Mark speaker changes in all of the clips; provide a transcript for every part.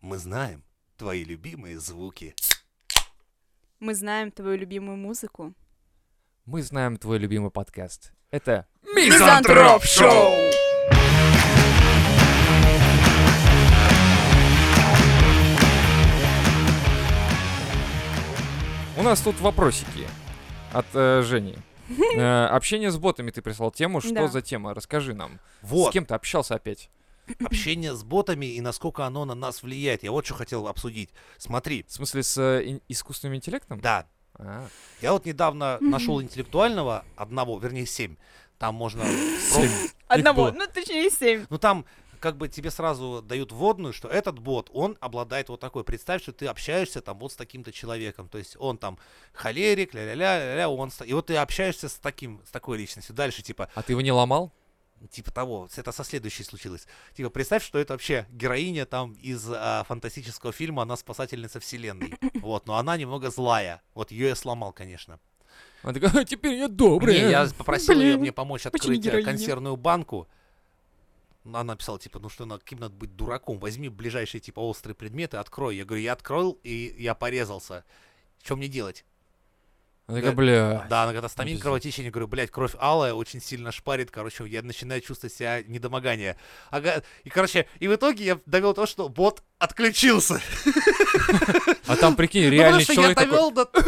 Speaker 1: Мы знаем твои любимые звуки.
Speaker 2: Мы знаем твою любимую музыку.
Speaker 3: Мы знаем твой любимый подкаст. Это
Speaker 2: Мизантроп Шоу!
Speaker 3: у нас тут вопросики от э, Жени. Э, общение с ботами ты прислал тему. Что
Speaker 2: Да.
Speaker 3: за тема? Расскажи нам. С
Speaker 1: Вот,
Speaker 3: кем ты общался опять?
Speaker 1: общение с ботами и насколько оно на нас влияет. Я вот что хотел обсудить. Смотри,
Speaker 3: В смысле, с э, ин- искусственным интеллектом?
Speaker 1: да,
Speaker 3: А,
Speaker 1: я вот недавно нашел интеллектуального одного, вернее, семь. Там можно...
Speaker 3: семь.
Speaker 2: Одного,
Speaker 3: было.
Speaker 2: ну точнее семь.
Speaker 1: Ну там как бы тебе сразу дают вводную, что этот бот, он обладает вот такой. Представь, что ты общаешься там вот с таким-то человеком. То есть он там холерик, ля-ля-ля, ля-ля, он... ста- И вот ты общаешься с таким, с такой личностью. Дальше типа,
Speaker 3: А ты его не ломал?
Speaker 1: типа того, это со следующей случилось. Типа, представь, что это вообще героиня там из а, фантастического фильма, она спасательница вселенной. Вот, но она немного злая. Вот ее я сломал, конечно.
Speaker 3: Он такой, «А, теперь я добрый.
Speaker 1: Не, я попросил ее
Speaker 2: Блин,
Speaker 1: мне помочь
Speaker 2: почему
Speaker 1: открыть э,
Speaker 2: героиня?
Speaker 1: консервную банку. Ну, Она написала, типа, ну что, надо, каким надо быть дураком, возьми ближайшие, типа, острые предметы, открой. Я говорю, я открыл, и я порезался. Что мне делать?
Speaker 3: Он такой, бля.
Speaker 1: Да, она говорит, «Астамин,
Speaker 3: без-
Speaker 1: кровотечение. Говорю, блядь, кровь алая, очень сильно шпарит, короче, я начинаю чувствовать себя недомогание. Ага, и, короче, и в итоге я довел то, что бот отключился.
Speaker 3: А там, прикинь,
Speaker 1: Ну, потому
Speaker 3: реальный
Speaker 1: что
Speaker 3: человек
Speaker 1: я
Speaker 3: такой,
Speaker 1: довел до...
Speaker 2: А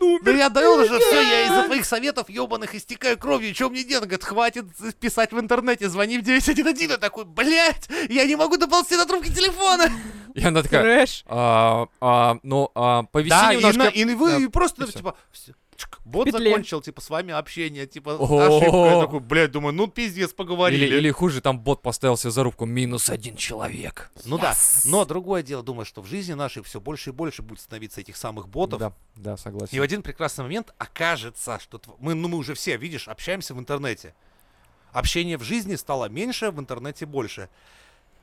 Speaker 1: Ну я довел уже все, я из-за твоих советов ебаных истекаю кровью, чем мне делать? Говорит, хватит писать в интернете, звони в 911. Я такой, блядь, я не могу доползти до трубки телефона.
Speaker 3: И она такая,
Speaker 2: Трэш.
Speaker 3: «А, а, ну, а, повиси
Speaker 1: Да, и,
Speaker 3: немножко.
Speaker 1: на- и вы
Speaker 3: Да,
Speaker 1: и просто,
Speaker 3: всё.
Speaker 1: типа, всё. Чик, бот
Speaker 2: Петле.
Speaker 1: закончил, типа, с вами общение, типа,
Speaker 3: О-о-о.
Speaker 1: ошибка. Я такой, блядь, думаю, ну пиздец, поговорили.
Speaker 3: Или, или хуже, там бот поставил себе зарубку минус один человек.
Speaker 1: Ну
Speaker 2: Yes.
Speaker 1: да, но другое дело, думаю, что в жизни нашей все больше и больше будет становиться этих самых ботов.
Speaker 3: Да, да,
Speaker 1: И в
Speaker 3: согласен.
Speaker 1: один прекрасный момент окажется, что тв- мы, ну, мы уже все, видишь, общаемся в интернете. Общение в жизни стало меньше, в интернете больше.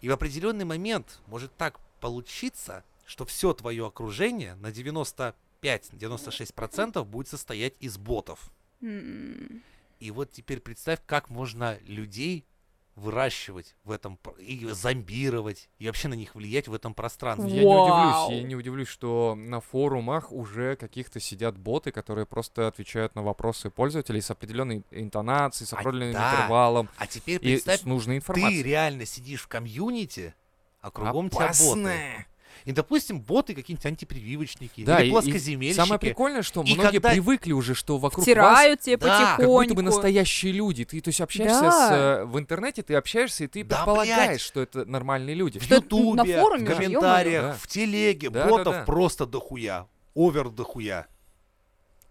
Speaker 1: И в определенный момент может так получиться, что все твое окружение на 95-96% будет состоять из ботов.
Speaker 2: М,
Speaker 1: И вот теперь представь, как можно людей выращивать в этом, пр- и зомбировать, и вообще на них влиять в этом пространстве.
Speaker 3: Я не удивлюсь,
Speaker 2: Вау.
Speaker 3: я не удивлюсь, что на форумах уже каких-то сидят боты, которые просто отвечают на вопросы пользователей с определенной интонацией, с
Speaker 1: А,
Speaker 3: определенным
Speaker 1: да.
Speaker 3: интервалом
Speaker 1: А теперь
Speaker 3: и
Speaker 1: представь,
Speaker 3: с нужной
Speaker 1: ты
Speaker 3: информацией.
Speaker 1: реально сидишь в комьюнити, а кругом тебя боты.
Speaker 3: Опасное.
Speaker 1: И, допустим, боты какие-нибудь антипрививочники
Speaker 3: Да,
Speaker 1: или
Speaker 3: и- и
Speaker 1: плоскоземельщики.
Speaker 3: Самое прикольное, что
Speaker 1: И
Speaker 3: многие
Speaker 1: когда-
Speaker 3: привыкли уже, что вокруг вас
Speaker 2: Втирают тебе
Speaker 1: Да, как
Speaker 3: как будто бы
Speaker 2: потихоньку.
Speaker 3: настоящие люди. Ты то есть общаешься
Speaker 2: Да.
Speaker 3: с, э, в интернете, ты общаешься, и ты
Speaker 1: Да,
Speaker 3: предполагаешь,
Speaker 1: блядь.
Speaker 3: что это нормальные люди.
Speaker 1: В
Speaker 2: Что это
Speaker 1: Ютубе,
Speaker 2: на форуме
Speaker 1: в
Speaker 2: же,
Speaker 1: комментариях,
Speaker 3: ё-моё.
Speaker 1: в телеге
Speaker 3: Да, да,
Speaker 1: ботов
Speaker 3: да.
Speaker 1: просто дохуя. Овер дохуя.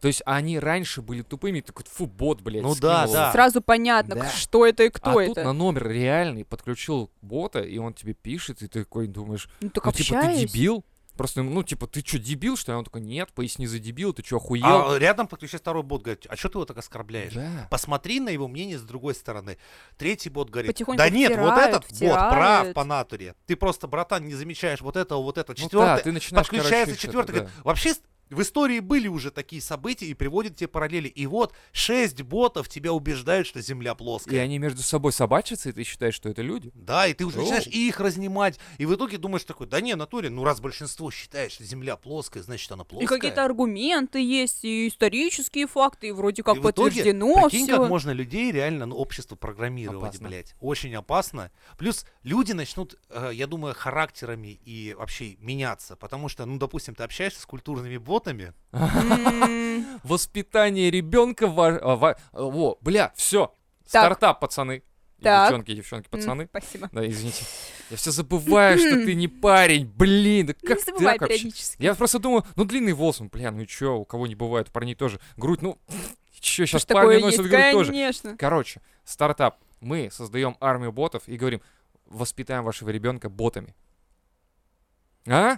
Speaker 3: То есть они раньше были тупыми, такой фу, бот, блядь.
Speaker 1: Ну да,
Speaker 3: скинул».
Speaker 1: да.
Speaker 2: Сразу понятно,
Speaker 3: Да.
Speaker 2: что это и кто
Speaker 3: а тут на
Speaker 2: это.
Speaker 3: номер реальный подключил бота, и он тебе пишет, и ты такой думаешь,
Speaker 2: Ну так
Speaker 3: ну типа ты
Speaker 2: общаюсь.
Speaker 3: дебил? Просто, ну типа, ты чё, дебил, что ли? А Он такой, нет, поясни за дебил, ты чё, охуел?
Speaker 1: А рядом подключай второй бот, говорит, а что ты его так оскорбляешь?
Speaker 3: Да.
Speaker 1: Посмотри на его мнение с другой стороны. Третий бот говорит,
Speaker 2: Потихоньку
Speaker 1: да нет, вот
Speaker 2: втирают,
Speaker 1: этот бот
Speaker 2: втирают.
Speaker 1: прав по натуре. Ты просто, братан, не замечаешь вот этого, вот этого.
Speaker 3: Ну
Speaker 1: Четвертый
Speaker 3: да, ты начинаешь,
Speaker 1: подключается
Speaker 3: короче,
Speaker 1: четвертый,
Speaker 3: что-то,
Speaker 1: говорит, вообще с- в истории были уже такие события и приводит тебе параллели. И вот шесть ботов тебя убеждают, что Земля
Speaker 3: да. И
Speaker 1: плоская.
Speaker 3: они между собой собачатся, и ты считаешь, что это люди?
Speaker 1: Да, и ты уже
Speaker 3: Оу.
Speaker 1: начинаешь их разнимать. И в итоге думаешь такой, да не, в натуре, ну раз большинство считает, что Земля плоская, значит она
Speaker 2: И
Speaker 1: плоская.
Speaker 2: какие-то аргументы есть, и исторические факты, и вроде как
Speaker 1: И в итоге,
Speaker 2: подтверждено
Speaker 1: прикинь, как
Speaker 2: все.
Speaker 1: можно людей реально ну, общество программировать,
Speaker 3: Опасно.
Speaker 1: блядь. Очень опасно. Плюс люди начнут, э, я думаю, характерами и вообще меняться. Потому что, ну, допустим, ты общаешься с культурными ботами.
Speaker 3: Воспитание ребенка ва... а, ва- а, Во, бля, все.
Speaker 2: Так.
Speaker 3: Стартап, пацаны. И
Speaker 2: Так.
Speaker 3: Девчонки, девчонки, пацаны.
Speaker 2: Спасибо.
Speaker 3: Да, извините. Я все забываю, что ты не парень. Блин, да
Speaker 2: Не
Speaker 3: как
Speaker 2: забывай
Speaker 3: так вообще?
Speaker 2: периодически.
Speaker 3: Я просто думаю, ну длинный волос, ну, бля, ну чё, у кого не бывает, у парней тоже. Грудь, ну, чё, сейчас
Speaker 2: Такое
Speaker 3: парни
Speaker 2: есть,
Speaker 3: носят грудь тоже.
Speaker 2: конечно.
Speaker 3: Короче, стартап. Мы создаем армию ботов и говорим, воспитаем вашего ребенка ботами. А?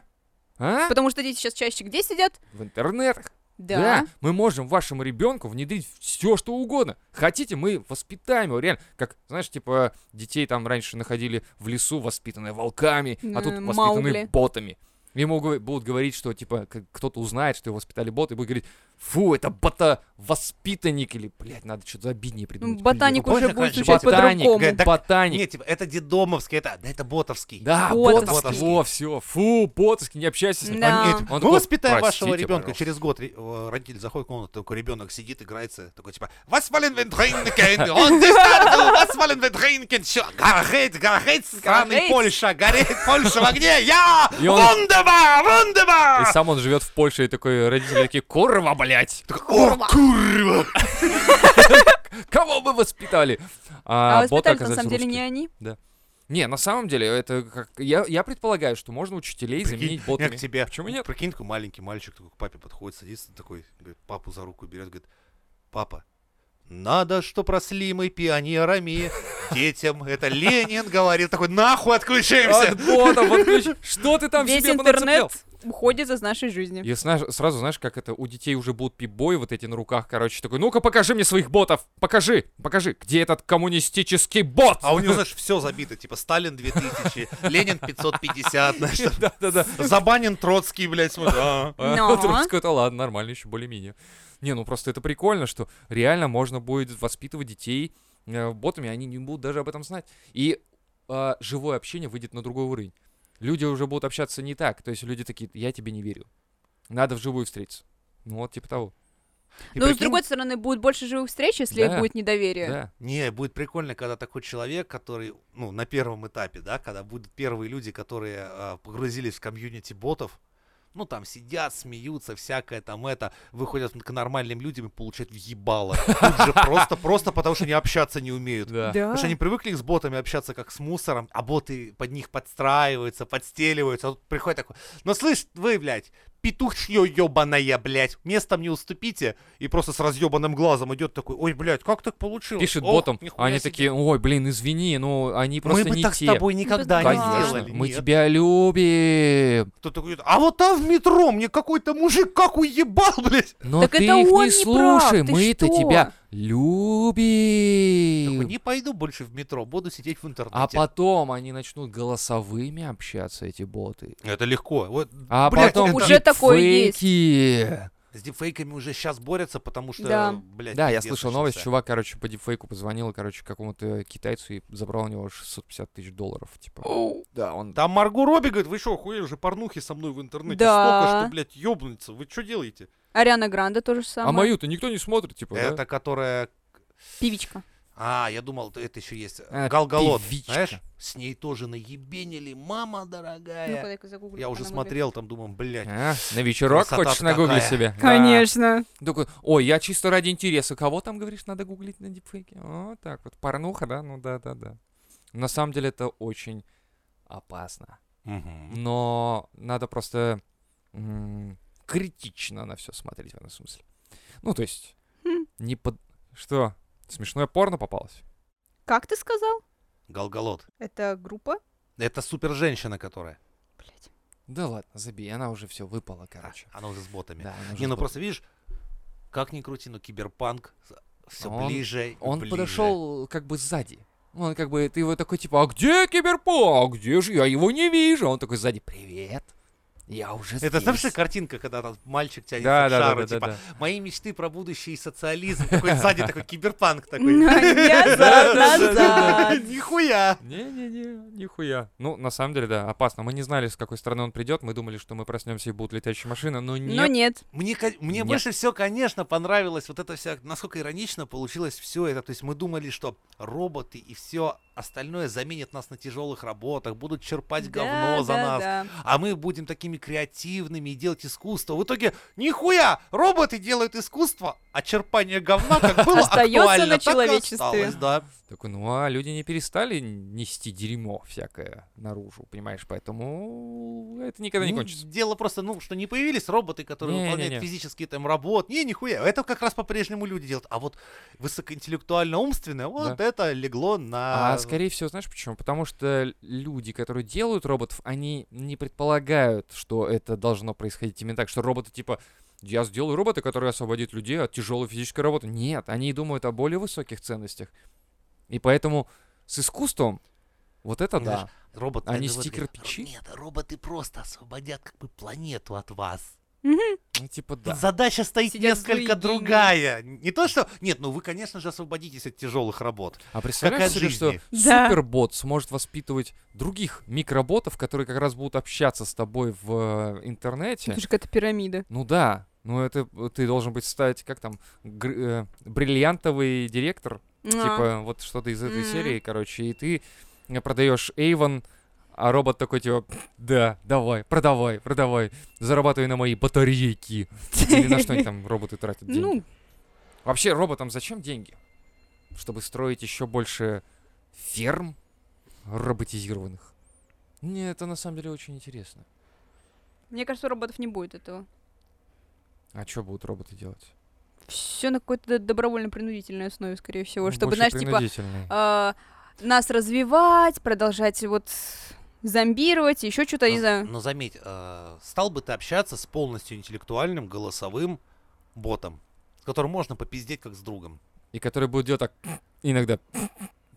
Speaker 3: А?
Speaker 2: Потому что дети сейчас чаще где сидят?
Speaker 3: В интернетах.
Speaker 2: Да.
Speaker 3: Э, мы можем вашему ребенку внедрить все, что угодно. Хотите, мы воспитаем его, реально. Как, знаешь, типа, детей там раньше находили в лесу, воспитанные волками, а тут
Speaker 2: М,
Speaker 3: воспитанные
Speaker 2: Маугли.
Speaker 3: ботами. Ему гов- будут говорить, что, типа, к- кто-то узнает, что его воспитали боты, и будет говорить, Фу, это ботовоспитанник или, блядь, надо что-то обиднее придумать.
Speaker 2: Ну, ботаник
Speaker 1: Блин,
Speaker 2: уже
Speaker 1: помнишь,
Speaker 2: будет
Speaker 1: как же
Speaker 2: звучать
Speaker 3: ботаник,
Speaker 1: гэ-
Speaker 2: по-другому.
Speaker 1: так
Speaker 3: Ботаник.
Speaker 1: Нет, типа, это дедомовский, это, да это ботовский.
Speaker 3: Да,
Speaker 2: Ботовский.
Speaker 3: ботовский. Во, все. Фу, ботовский, не общайся с ним.
Speaker 2: Да.
Speaker 3: Они-
Speaker 1: Нет,
Speaker 3: Он
Speaker 1: мы
Speaker 3: такой,
Speaker 1: воспитаем
Speaker 3: «Простите,
Speaker 1: типа, «Ну, вашего ребенка.
Speaker 3: пожалуйста».
Speaker 1: Через год ре- э, родитель заходит в комнату, такой ребенок сидит, играется, такой типа «Вас вален вентрейнкен, он здесь надо, вас вален вентрейнкен, всё, горит, горит, страны
Speaker 2: Горит.
Speaker 1: Польша, горит Польша в огне, я,
Speaker 3: И он-
Speaker 1: вундеба,
Speaker 3: И
Speaker 1: вундеба!»
Speaker 3: сам он живет в Польше, и такой родители такие, курва, блядь,
Speaker 1: Такой, «О, курва!»
Speaker 3: кого вы воспитали?
Speaker 2: А
Speaker 3: бот
Speaker 2: воспитали на
Speaker 3: оказался
Speaker 2: самом деле
Speaker 3: русский.
Speaker 2: не они.
Speaker 3: Не, на самом деле, это как... Я, я предполагаю, что можно учителей заменить
Speaker 1: Я
Speaker 3: ботами.
Speaker 1: к тебе. Ну,
Speaker 3: Почему нет?
Speaker 1: Прикинь, такой маленький мальчик такой к папе подходит, садится такой, говорит, папу за руку берет, говорит, папа, надо, что просли мы пионерами, детям, это Ленин говорил, такой, нахуй отключаемся.
Speaker 3: От ботов отключ- Что ты там
Speaker 2: Весь
Speaker 3: себе понацеплял?
Speaker 2: интернет уходит из нашей жизни.
Speaker 3: И сна- сразу знаешь, как это у детей уже будут пип-бои вот эти на руках, короче, такой, ну-ка покажи мне своих ботов, покажи, покажи, где этот коммунистический бот?
Speaker 1: А у него, знаешь, все забито, типа Сталин 2000, Ленин 550, знаешь, там.
Speaker 3: Да-да-да.
Speaker 1: Забанен Троцкий, блядь, смотри. а.
Speaker 3: А,
Speaker 2: Но.
Speaker 3: Троцкого, это ладно, нормально, еще более-менее. Не, ну просто это прикольно, что реально можно будет воспитывать детей э, ботами, они не будут даже об этом знать. И а, живое общение выйдет на другой уровень. Люди уже будут общаться не так. То есть люди такие, я тебе не верю. Надо вживую встретиться. Ну вот, типа того.
Speaker 1: И
Speaker 2: Но Ну, с
Speaker 1: прикинь,
Speaker 2: другой стороны, будет больше живых встреч, если
Speaker 3: Да.
Speaker 2: будет недоверие.
Speaker 3: Да.
Speaker 1: Не, будет прикольно, когда такой человек, который, ну, на первом этапе, да, когда будут первые люди, которые а, погрузились в комьюнити ботов, ну, там сидят, смеются, всякое там это, выходят к нормальным людям и получают въебало. Тут же просто, просто потому что они общаться не умеют.
Speaker 3: Да.
Speaker 1: Потому что они привыкли с ботами общаться как с мусором, а боты под них подстраиваются, подстеливаются. А тут приходит такой, ну слышь, вы, блядь, петухье ебаная, блядь, местом не уступите. И просто с разъебанным глазом идет такой, ой, блядь, как так
Speaker 2: ну,
Speaker 1: получилось?
Speaker 3: Пишет
Speaker 1: Ох,
Speaker 3: ботом,
Speaker 1: нихуя
Speaker 3: они
Speaker 1: себе.
Speaker 3: такие, ой, блин, извини, ну они
Speaker 1: мы
Speaker 3: просто
Speaker 1: бы
Speaker 3: не
Speaker 1: так
Speaker 3: те.
Speaker 1: с тобой никогда не
Speaker 2: Конечно,
Speaker 1: сделали.
Speaker 3: мы
Speaker 1: Нет.
Speaker 3: тебя любим.
Speaker 1: Кто-то говорит, а вот там в метро мне какой-то мужик как уебал, блядь.
Speaker 3: Но
Speaker 2: Так
Speaker 3: ты
Speaker 2: это
Speaker 3: их
Speaker 2: он
Speaker 3: не
Speaker 2: не прав,
Speaker 3: слушай,
Speaker 2: ты
Speaker 3: мы-то
Speaker 2: что?
Speaker 3: тебя любим.
Speaker 1: Такой, не пойду больше в метро, буду сидеть в интернете.
Speaker 3: А потом они начнут голосовыми общаться, эти боты.
Speaker 1: Это легко. Вот,
Speaker 3: А
Speaker 1: блядь,
Speaker 3: потом
Speaker 1: это-
Speaker 2: Уже такое есть.
Speaker 3: дипфейки.
Speaker 1: С дипфейками уже сейчас борются, потому что,
Speaker 2: Да.
Speaker 1: блядь,
Speaker 3: Да, я
Speaker 1: пиздец
Speaker 3: слышал новость,
Speaker 1: начался.
Speaker 3: чувак, короче, по дипфейку позвонил, короче, какому-то китайцу и забрал у него 650 тысяч долларов, типа. Да, он...
Speaker 1: Там Марго Робби говорит, вы что, охуели же порнухи со мной в интернете?
Speaker 2: Да.
Speaker 1: Столько, что, блядь, ёбнуться. Вы что делаете?
Speaker 2: Ариана Гранде тоже
Speaker 3: А
Speaker 2: самое.
Speaker 3: мою-то никто не смотрит, типа, да?
Speaker 1: Это которая...
Speaker 2: Певичка.
Speaker 1: А, я думал, т- это еще есть.
Speaker 3: А,
Speaker 1: Галгалот,
Speaker 3: певичка.
Speaker 1: знаешь? С ней тоже наебенили. Мама дорогая.
Speaker 2: Ну-ка, загугли,
Speaker 1: Э, я
Speaker 2: как
Speaker 1: уже
Speaker 2: Ну, она
Speaker 1: смотрел, там думаю, блядь.
Speaker 3: А, на вечерок
Speaker 1: Красота-то
Speaker 3: хочешь нагуглить
Speaker 1: какая.
Speaker 3: себе? Да.
Speaker 2: Конечно.
Speaker 3: Такой, ой, я чисто ради интереса. Кого там, говоришь, надо гуглить на дипфейке? О, так вот, порнуха, да? Ну да-да-да. На самом деле это очень опасно.
Speaker 1: Мгм.
Speaker 3: но надо просто м, критично на все смотреть в этом смысле. Ну, то есть,
Speaker 2: Хм.
Speaker 3: не под... Что? Смешное порно попалось?
Speaker 2: Как ты сказал?
Speaker 1: Галгалот.
Speaker 2: Это группа?
Speaker 1: Это супер женщина, которая.
Speaker 2: Блять.
Speaker 3: Да ладно, забей, она уже все выпала, короче.
Speaker 1: Она уже с ботами.
Speaker 3: Да, она уже
Speaker 1: Не, ну
Speaker 3: сбо-
Speaker 1: просто видишь, как ни крути, но киберпанк все
Speaker 3: Он-
Speaker 1: ближе и
Speaker 3: Он
Speaker 1: ближе.
Speaker 3: подошел как бы сзади. Он как бы, ты его такой, типа, а где Киберпо? А где же? Я его не вижу. А Он такой сзади, привет, я уже
Speaker 1: Это
Speaker 3: здесь».
Speaker 1: знаешь картинка, когда там мальчик тянется
Speaker 3: да,
Speaker 1: к
Speaker 3: да, да,
Speaker 1: шару,
Speaker 3: да, да,
Speaker 1: типа,
Speaker 3: да.
Speaker 1: Мои мечты про будущий социализм. Такой сзади такой киберпанк такой.
Speaker 2: Ну, Назад, назад.
Speaker 1: Нихуя.
Speaker 3: Не-не-не, нихуя. Ну, на самом деле, да, опасно. Мы не знали, с какой стороны он придет. Мы думали, что мы проснемся и будут летающие машины, но нет.
Speaker 2: Но нет.
Speaker 1: Мне, ко- мне
Speaker 3: Нет.
Speaker 1: больше всего, конечно, понравилось вот это все, насколько иронично получилось все это. То есть мы думали, что роботы и все остальное заменят нас на тяжелых работах, будут черпать говно
Speaker 2: Да,
Speaker 1: за
Speaker 2: да,
Speaker 1: нас,
Speaker 2: да.
Speaker 1: а мы будем такими креативными и делать искусство. В итоге, нихуя, роботы делают искусство, а черпание говна как было
Speaker 2: Остаётся
Speaker 1: актуально,
Speaker 2: на
Speaker 1: так и
Speaker 2: человечестве.
Speaker 1: осталось, да.
Speaker 3: Такой, ну а люди не перестали нести дерьмо всякое наружу, понимаешь, поэтому это никогда не
Speaker 1: Ну,
Speaker 3: кончится.
Speaker 1: Дело просто, ну, что не появились роботы, которые
Speaker 3: Не-не-не.
Speaker 1: выполняют физические там работы. Не, нихуя. Это как раз по-прежнему люди делают. А вот высокоинтеллектуально-умственное, вот это легло на...
Speaker 3: А скорее всего, знаешь почему? Потому что люди, которые делают роботов, они не предполагают, что это должно происходить именно так, что роботы типа я сделаю робота, который освободит людей от тяжелой физической работы. Нет, они думают о более высоких ценностях. И поэтому с искусством вот это
Speaker 1: Ну,
Speaker 3: да.
Speaker 1: знаешь, Робот,
Speaker 3: Они
Speaker 1: это вот
Speaker 3: стикер
Speaker 1: говорит,
Speaker 3: печи?
Speaker 1: Нет, роботы просто освободят как бы планету от вас.
Speaker 3: Ну, типа, да.
Speaker 1: Тут задача стоит
Speaker 2: Сидят злые
Speaker 1: несколько
Speaker 2: гении.
Speaker 1: другая. Не то, что... Нет, ну вы, конечно же, освободитесь от тяжелых работ.
Speaker 3: А представляешь
Speaker 1: от
Speaker 3: себе, что
Speaker 1: жизни.
Speaker 2: Да.
Speaker 3: супербот сможет воспитывать других микроботов, которые как раз будут общаться с тобой в э, интернете?
Speaker 2: Это же какая-то пирамида.
Speaker 3: Ну да, ну это э, ты должен быть стать, как там, гр- э, бриллиантовый директор, типа вот что-то из этой
Speaker 2: А. Мгм.
Speaker 3: серии, короче, и ты э, продаешь Эйвон, а робот такой типа, да, давай, продавай, продавай, зарабатывай на мои батарейки. Или на что-нибудь там роботы тратят деньги.
Speaker 2: Ну,
Speaker 3: Вообще роботам зачем деньги? Чтобы строить еще больше ферм роботизированных. Мне это на самом деле очень интересно.
Speaker 2: мне кажется, у роботов не будет этого.
Speaker 3: А что будут роботы делать?
Speaker 2: Все на какой-то добровольно-принудительной основе, скорее всего.
Speaker 3: Ну,
Speaker 2: Чтобы,
Speaker 3: больше
Speaker 2: знаешь, типа,
Speaker 3: принудительные.
Speaker 2: а, нас развивать, продолжать вот зомбировать, еще что-то, не
Speaker 3: Ну,
Speaker 1: но,
Speaker 2: знаю.
Speaker 1: но заметь, э, стал бы ты общаться с полностью интеллектуальным голосовым ботом, с которым можно попиздеть как с другом.
Speaker 3: И которые будут делать так иногда.